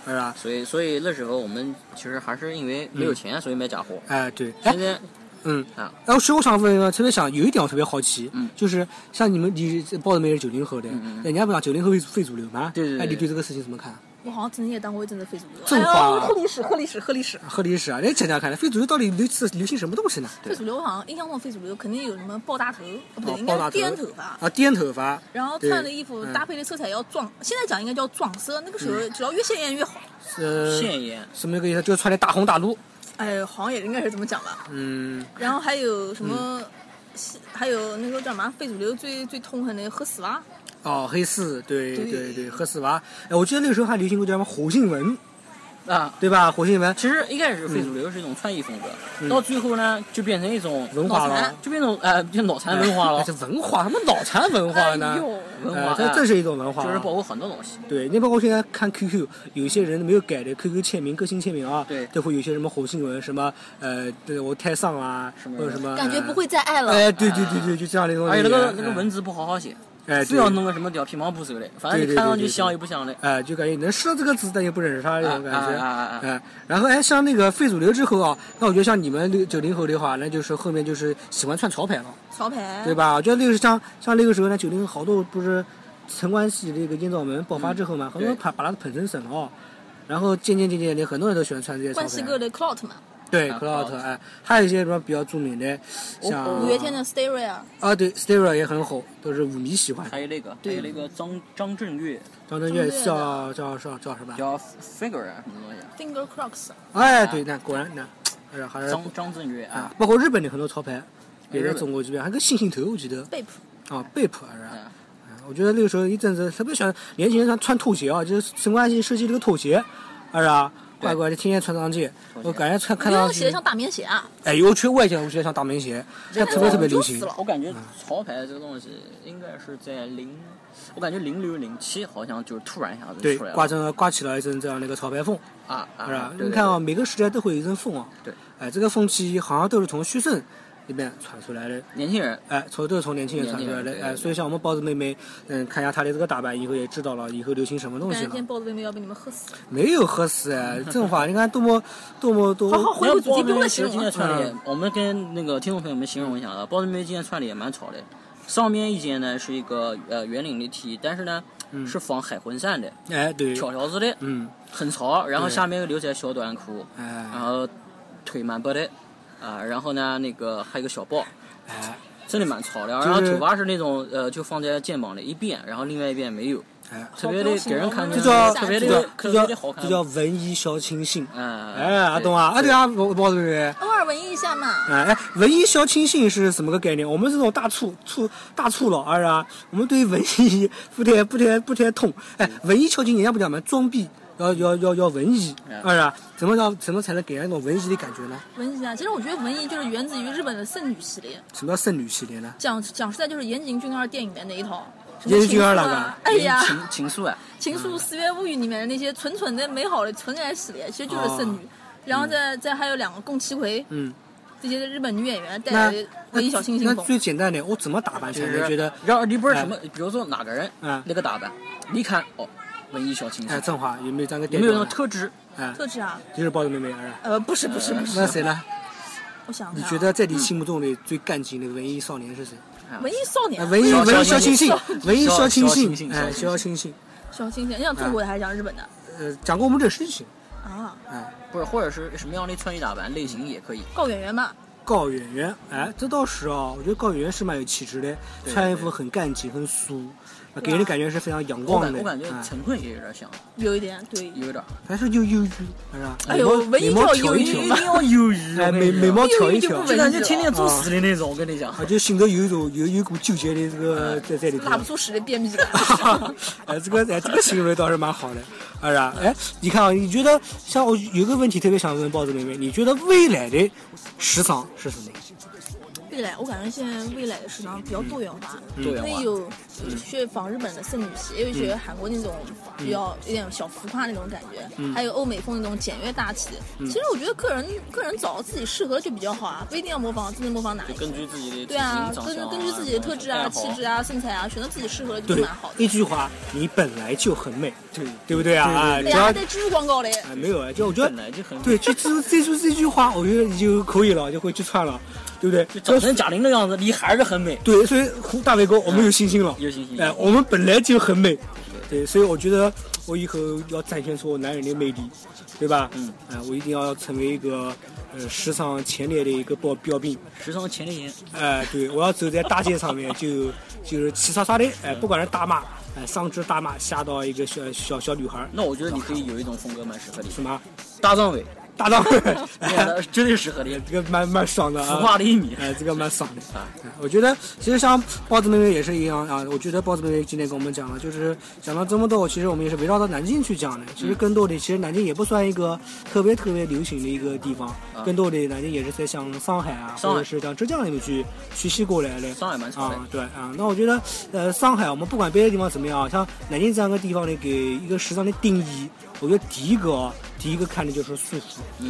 Speaker 2: 是吧？
Speaker 3: 所以所以那时候我们其实还是因为没有钱，所以买假货。
Speaker 2: 哎，对，嗯哎
Speaker 3: 现，在
Speaker 2: 嗯。
Speaker 3: 啊，
Speaker 2: 然后，其实我想问一个，特别想有一点我特别好奇，
Speaker 3: 嗯
Speaker 2: 就是像你们，你报的妹是九零后的，
Speaker 3: 嗯嗯
Speaker 2: 人家不讲九零后非非主流吗？
Speaker 3: 对对对
Speaker 2: 哎，你
Speaker 3: 对
Speaker 2: 对这个事情怎么看？
Speaker 4: 我好像曾经也当过一阵子非主流。
Speaker 2: 正
Speaker 4: 哎
Speaker 2: 话啊
Speaker 4: 呀，喝历史，喝历史，喝历史。
Speaker 2: 和历史啊，来讲讲看，非主流到底流流行什么东西呢？
Speaker 4: 非主流好像印象中的非主流肯定有什么爆大头，啊不对，
Speaker 2: 哦
Speaker 4: 应该
Speaker 2: 爆
Speaker 4: 是
Speaker 2: 大
Speaker 4: 颠头发。
Speaker 2: 啊，颠头发，
Speaker 4: 然后
Speaker 2: 对嗯
Speaker 4: 穿的衣服搭配的色彩要撞，现在讲应该叫撞色，那个时候只要越鲜艳越好。
Speaker 2: 呃，
Speaker 3: 现眼
Speaker 2: 什么个意思？就是穿的大红大绿，
Speaker 4: 哎，好像也应该是这么讲吧。
Speaker 2: 嗯，
Speaker 4: 然后还有什么西还有那个叫嘛，非主流最最痛恨那个黑丝袜，
Speaker 2: 哦，黑四，对
Speaker 4: 对
Speaker 2: 对对，黑丝娃，哎，我记得那个时候还流行过叫什么火星文，
Speaker 3: 啊。
Speaker 2: 对吧？火星文
Speaker 3: 其实一开始非主流是一种穿衣风格，到最后呢就变成一种
Speaker 2: 嗯文化
Speaker 4: 脑残
Speaker 2: 了，
Speaker 3: 就变成一种呃，就脑残文化
Speaker 2: [laughs]
Speaker 3: 了
Speaker 2: 哎这，文化，什么脑残文化呢？
Speaker 4: 哎呦
Speaker 3: 文化
Speaker 2: 哎这
Speaker 3: 哎
Speaker 2: 这是一种文化，
Speaker 3: 就是包括很多东西。
Speaker 2: 对，你包括现在看 QQ，有一些人没有改的 QQ 签名、个性签名啊，
Speaker 3: 对
Speaker 2: 都会有一些什么火星文，什么呃，对我太丧啊，
Speaker 3: 什么
Speaker 2: 或者什么，
Speaker 4: 感觉
Speaker 2: 呃
Speaker 4: 不会再爱了。
Speaker 2: 哎，对对对对，就这样的东西。
Speaker 3: 而且那个
Speaker 2: 哎
Speaker 3: 那个文，字不好好写，
Speaker 2: 哎，
Speaker 3: 非
Speaker 2: 对
Speaker 3: 要弄个什么屌皮毛不手的，反正
Speaker 2: 对对
Speaker 3: 你
Speaker 2: 对
Speaker 3: 看上
Speaker 2: 对
Speaker 3: 去
Speaker 2: 对
Speaker 3: 像又不像的。
Speaker 2: 哎，就感觉能识到这个字，但又不认识它那种感觉。
Speaker 3: 啊啊啊啊
Speaker 2: 哎，然后哎，像那个非主流之后啊，那我觉得像你们九零后的话，那就是后面就是喜欢穿潮牌了，
Speaker 4: 潮牌，
Speaker 2: 对吧？我觉得那个像像那个时候呢，九零后好多不是陈冠希这个艳照门爆发之后嘛，很多人
Speaker 3: 嗯对
Speaker 2: 把把他捧成神了哦。然后渐渐渐渐的，很多人都喜欢穿这些潮
Speaker 4: 冠希
Speaker 2: 牌。
Speaker 4: 哥的 Clout 嘛，
Speaker 2: 对
Speaker 3: 啊
Speaker 2: ，Clout，哎，还有一些什么比较著名的，像
Speaker 3: 哦
Speaker 4: 五月天的 Stay Real，
Speaker 2: 啊，对 s t e r a 也很火，都是舞迷喜欢。
Speaker 3: 还有那个，还有那个张张震岳
Speaker 2: 张震岳
Speaker 4: 张震岳
Speaker 2: 叫叫叫叫什么？
Speaker 3: 叫 Figure 啊，什么东西啊？
Speaker 4: Finger Crocs，
Speaker 3: 啊
Speaker 2: 哎，对，那果然那，还是还是
Speaker 3: 张张震岳啊
Speaker 2: 呃
Speaker 3: 哎
Speaker 2: 啊，，包括日本的很多潮牌也在
Speaker 3: 日本
Speaker 2: 中国这边，还有个星星头，我记得
Speaker 4: 贝普，
Speaker 2: 啊，贝普还是吧。
Speaker 3: 嗯
Speaker 2: 啊我觉得那个时候一阵子特别喜欢年轻人穿穿拖鞋啊，就是陈冠希设计这个拖鞋，啊是吧？
Speaker 3: 对
Speaker 2: 怪怪的，天天穿上去，
Speaker 3: 拖鞋
Speaker 2: 我感觉穿看
Speaker 4: 你
Speaker 2: 上
Speaker 4: 要写
Speaker 2: 去
Speaker 4: 的，像大棉鞋啊，
Speaker 2: 哎呦，我去外界我觉得像大棉鞋，现在特别特别流行嗯
Speaker 4: 热死了。
Speaker 3: 我感觉潮牌这个东西应该是在零，我感觉零六零七好像就是突然一下
Speaker 2: 对
Speaker 3: 子出来，
Speaker 2: 刮
Speaker 3: 了
Speaker 2: 成刮起了一阵这样的一个潮牌风，
Speaker 3: 啊啊！
Speaker 2: 是吧？
Speaker 3: 对
Speaker 2: 你
Speaker 3: 对
Speaker 2: 看啊，
Speaker 3: 对
Speaker 2: 每个时代都会有一阵风啊。
Speaker 3: 对。
Speaker 2: 哎，这个风气好像都是从虚盛那边传出来的。
Speaker 3: 年轻人
Speaker 2: 哎，从都是从年轻人传出来
Speaker 3: 年轻
Speaker 2: 的
Speaker 3: 人，对
Speaker 2: 哎，
Speaker 3: 对
Speaker 2: 所以像我们包子妹妹，嗯，看一下她的这个打扮，以后也知道了以后流行什么东
Speaker 4: 感
Speaker 2: 西
Speaker 4: 觉今天
Speaker 2: 了。
Speaker 4: 包子妹妹要被你们喝死。
Speaker 2: 没有合适哎，这种话你看多么多么多
Speaker 4: 好好
Speaker 2: 么，
Speaker 4: 回归主题，不用
Speaker 3: 妹
Speaker 4: 再
Speaker 3: 其
Speaker 4: 形
Speaker 3: 实
Speaker 4: 容
Speaker 3: 今天
Speaker 4: 了。
Speaker 3: 穿的也，嗯我们跟那个听众朋友们形容一下啊，包子妹今天穿的也蛮潮的。上面一件呢是一个呃圆领的 T，但是呢、是仿海魂衫的，
Speaker 2: 哎，嗯对，
Speaker 3: 条条子的，
Speaker 2: 嗯，
Speaker 3: 很潮。然后
Speaker 2: 对
Speaker 3: 下面又留着小短裤，然
Speaker 2: 哎
Speaker 3: 后腿蛮白的，啊、然后呢那个还有个小包，
Speaker 2: 哎
Speaker 3: 真的蛮潮的。
Speaker 2: 是
Speaker 3: 然后头发是那种呃就放在肩膀的一边，然后另外一边没有，
Speaker 2: 哎，
Speaker 3: 特别的给人看
Speaker 4: 这
Speaker 3: 着
Speaker 2: 这叫
Speaker 3: 特别
Speaker 2: 这
Speaker 4: 这
Speaker 2: 叫
Speaker 3: 的
Speaker 2: 这
Speaker 4: 个
Speaker 3: 特
Speaker 2: 叫
Speaker 3: 别的好看
Speaker 2: 这。叫文艺小清新，
Speaker 3: 嗯，
Speaker 2: 哎，阿东
Speaker 3: 对
Speaker 2: 啊，啊对啊，包包子妹妹。
Speaker 4: 偶尔文艺一下嘛，
Speaker 2: 哎，哎文艺小清新是什么个概念？我们这种大醋醋大醋老二啊，我们对文艺不太不太不太通。哎，
Speaker 4: 嗯
Speaker 2: 文艺小清新人家不讲嘛，装逼要要要要文艺，
Speaker 3: 嗯
Speaker 2: 二啊，怎么样怎么才能给人一种文艺的感觉呢？
Speaker 4: 文艺一下。啊其实我觉得文艺就是源自于日本的剩女系列，
Speaker 2: 什么叫剩女系列呢？
Speaker 4: 讲讲实在就是岩井俊二电影的那一套。什么
Speaker 2: 岩井俊二哪个
Speaker 4: 情愫啊哎呀，
Speaker 2: 嗯
Speaker 3: 情情愫啊，
Speaker 4: 《情愫》《四月物语》里面的那些纯纯的美好的纯爱系列，其实就是剩女。然后再再还有两个宫崎葵，
Speaker 2: 哦嗯，
Speaker 4: 这些日本女演员带
Speaker 2: 那
Speaker 4: 来的文艺小清
Speaker 2: 那
Speaker 4: 新风。
Speaker 2: 最简单的，我怎么打扮才
Speaker 3: 就是
Speaker 2: 能觉得？哎
Speaker 3: 然后你不是什么，比如说哪个人
Speaker 2: 嗯
Speaker 3: 那个打扮，你一看哦，文艺小清
Speaker 2: 哎，
Speaker 3: 新，
Speaker 2: 正华有没有这样的
Speaker 3: 有
Speaker 2: 代
Speaker 3: 没有
Speaker 2: 表
Speaker 3: 那种
Speaker 2: 呢？
Speaker 3: 特质？
Speaker 2: 哎，
Speaker 4: 特质啊？
Speaker 2: 就是包子妹妹二啊。
Speaker 4: 呃，不是不是不是，
Speaker 2: 那谁呢？
Speaker 4: 我想
Speaker 2: 你
Speaker 4: 想啊
Speaker 2: 觉得在你心目中的最干净的文艺少年是谁？
Speaker 4: 文艺少
Speaker 2: 哎
Speaker 4: 年啊、
Speaker 2: 文艺
Speaker 3: 小
Speaker 2: 文艺
Speaker 3: 小
Speaker 2: 小清
Speaker 3: 清
Speaker 2: 新
Speaker 3: 新，
Speaker 2: 文艺
Speaker 3: 小
Speaker 2: 小清
Speaker 3: 小
Speaker 2: 新
Speaker 3: 清，新
Speaker 2: 哎，
Speaker 3: 小清
Speaker 2: 小清新。
Speaker 4: 小清新，你想中国的还是讲日本的
Speaker 2: 呃，讲过我们这事情，
Speaker 4: 啊？
Speaker 2: 哎，
Speaker 3: 不是，或者是什么样的穿衣打扮类型也可以。
Speaker 4: 高圆圆嘛，
Speaker 2: 高圆圆，哎，这倒是啊，我觉得高圆圆是蛮有气质的，
Speaker 3: 对
Speaker 2: 穿衣服很干净，很素，呃给人的感觉是非常阳
Speaker 3: 我
Speaker 2: 光
Speaker 3: 感
Speaker 2: 的，
Speaker 3: 我感觉
Speaker 2: 哎
Speaker 3: 陈坤也有点像，
Speaker 4: 有一点对。
Speaker 2: 嗯
Speaker 3: 有点。
Speaker 2: 还是又忧郁，是吧？
Speaker 4: 哎呦
Speaker 2: 眉毛眉
Speaker 4: 文艺
Speaker 2: 毛挑
Speaker 4: 叫
Speaker 2: 一
Speaker 4: 忧郁
Speaker 2: 挑
Speaker 4: 吧，
Speaker 3: 要忧郁
Speaker 2: 哎，眉眉毛挑一
Speaker 4: 忧郁就
Speaker 2: 挑
Speaker 4: 不，
Speaker 3: 就
Speaker 4: 文
Speaker 3: 感
Speaker 4: 艺
Speaker 3: 觉
Speaker 4: 了
Speaker 3: 天天作死的那种，我跟你讲。
Speaker 2: 啊，就心头有一种有有一股纠结的这个在在里头
Speaker 4: 拉。不出屎的便秘感，
Speaker 2: [laughs] 哎，这个哎，这个形容倒是蛮好的，啊是吧？哎，你看啊，你觉得像我有个问题特别想问豹子妹妹，你觉得未来的时尚是什么？
Speaker 4: 未来我感觉现在未来的时尚比较多元化，
Speaker 3: 多元化
Speaker 4: 可以有有学仿日本的剩女鞋，也有学韩国那种比较有点小浮夸那种感觉，还有欧美风那种简约大气。其实我觉得个人个人找到自己适合就比较好啊，不一定要模仿，真的模仿哪一
Speaker 3: 就
Speaker 4: 个。
Speaker 3: 根据自己的
Speaker 4: 对啊，根根据自己的特质啊、气质
Speaker 3: 啊，
Speaker 4: 啊、身材啊，选择自己适合的就
Speaker 2: 对
Speaker 4: 蛮好，的。
Speaker 2: 一句话，你本来就很美，
Speaker 3: 对
Speaker 2: 对不对啊？啊，
Speaker 4: 哎
Speaker 2: 只
Speaker 4: 呀，
Speaker 2: 要
Speaker 4: 还带植入广告嘞，
Speaker 2: 哎，没有啊，就我觉
Speaker 3: 本
Speaker 2: 得，
Speaker 3: 来就很
Speaker 2: 对，就这这句这句话，我觉得你就可以了，就会去穿了，对不对？
Speaker 3: 就长成贾玲的样子，你还是很美。
Speaker 2: 对，所以胡大伟哥，我们有信心了，
Speaker 3: 嗯有信心
Speaker 2: 哎，我们本来就很美，对，所以我觉得我以后要展现出我男人的魅力，对吧？
Speaker 3: 嗯，
Speaker 2: 哎，我一定要成为一个呃时尚前列的一个标标兵，
Speaker 3: 时尚前列腺，
Speaker 2: 哎，对我要走在大街上面就 [laughs] 就是齐刷刷的，哎，不管是大妈，哎，上至大妈，下到一个小小小女孩儿，
Speaker 3: 那我觉得你可以有一种风格蛮适合你的，
Speaker 2: 什么 [laughs]
Speaker 3: 大张伟，
Speaker 2: 搭档会，
Speaker 3: 练的真的适合练，
Speaker 2: [laughs] 这个蛮蛮爽的啊，
Speaker 3: 浮夸了一米。
Speaker 2: 哎，这个蛮爽的。呃
Speaker 3: 啊，
Speaker 2: 我觉得其实像包子妹妹也是一样啊。我觉得包子妹妹今天跟我们讲了，就是讲了这么多，其实我们也是围绕着南京去讲的。其实更多的，其实南京也不算一个特别特别流行的一个地方，更多的南京也是在像上海啊，
Speaker 3: 啊上海
Speaker 2: 或者是像浙江那边去学习过来的。
Speaker 3: 上海蛮潮的
Speaker 2: 啊，对啊。那我觉得，呃，上海我们不管别的地方怎么样啊，像南京这样一个地方呢，给一个时尚的定义，我觉得第一个啊，第一个看的就是束缚。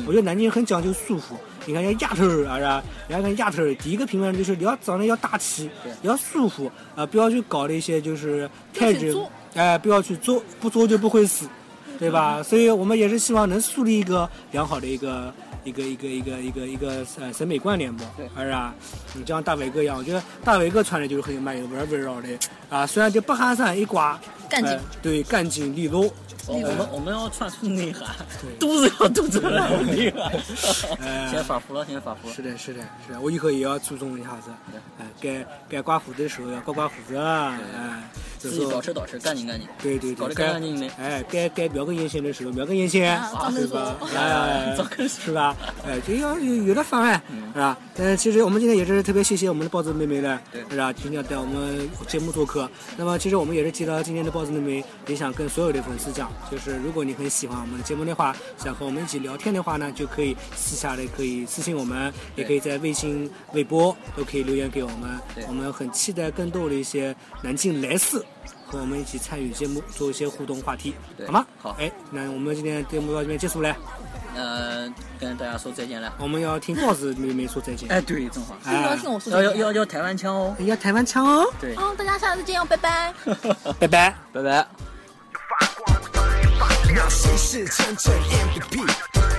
Speaker 2: 我觉得南京很讲究束缚。你看，像丫头儿，啊，是吧？人家看丫头儿，第一个评判就是你要长得要大气，要舒服啊，不要去搞那些就是太
Speaker 4: 不要去
Speaker 2: 直
Speaker 4: 作，
Speaker 2: 哎、不要去做，不做就不会死，对吧？所以我们也是希望能树立一个良好的一个一个一个一个一个一个呃审美观念吧，
Speaker 3: 对
Speaker 2: 是吧？你就像大伟哥一样，我觉得大伟哥穿的就是很蛮有味儿味道的啊，虽然这不寒山一刮，
Speaker 4: 干净
Speaker 2: 哎对，干净利落。
Speaker 3: 我们哦我们要穿出内涵，啊肚子要肚子有内 [laughs] 涵。现在哎发福了，现在发福了
Speaker 2: 是。的，是的，是的，我以后也要注重一下子，哎，该该刮胡子的时候要刮刮胡子啊，哎，就
Speaker 3: 自
Speaker 2: 是
Speaker 3: 己保持保持，干净干净。
Speaker 2: 对对对，
Speaker 3: 搞得
Speaker 2: 该
Speaker 3: 干干净净的
Speaker 2: 哎，该该描个眼线的时候描个眼线
Speaker 4: 啊早，跟
Speaker 2: 是
Speaker 4: 说
Speaker 2: 吧？
Speaker 4: [laughs]
Speaker 2: 哎
Speaker 3: 早跟，说
Speaker 2: 是吧？哎，这要有有的方案，
Speaker 3: 嗯
Speaker 2: 是吧？但其实我们今天也是特别谢谢我们的豹子妹妹了
Speaker 3: 对，
Speaker 2: 是吧？今天在我们节目做客，那么其实我们也是接到今天的豹子妹妹，也想跟所有的粉丝讲，就是如果你很喜欢我们的节目的话，想和我们一起聊天的话呢，就可以私下的可以私信我们，也
Speaker 3: 对
Speaker 2: 可以在微信、微博都可以留言给我们
Speaker 3: 对，
Speaker 2: 我们很期待更多的一些南京来事。和我们一起参与节目，做一些互动话题，
Speaker 3: 对
Speaker 2: 好吗？
Speaker 3: 好
Speaker 2: 哎，那我们今天节目到这边结束了，
Speaker 3: 呃，跟大家说再见了。
Speaker 2: 我们要听豹子妹妹说再见。
Speaker 3: 哎，对，正好
Speaker 4: 一定要听我说
Speaker 3: 要哎
Speaker 4: 这
Speaker 3: 要要
Speaker 4: 个。
Speaker 3: 要台湾腔哦。
Speaker 2: 要台湾腔哦，
Speaker 3: 对，
Speaker 4: 好，大家下次见哦，拜拜。
Speaker 2: 拜拜。
Speaker 3: 拜拜。
Speaker 1: 那谁是真正 MVP？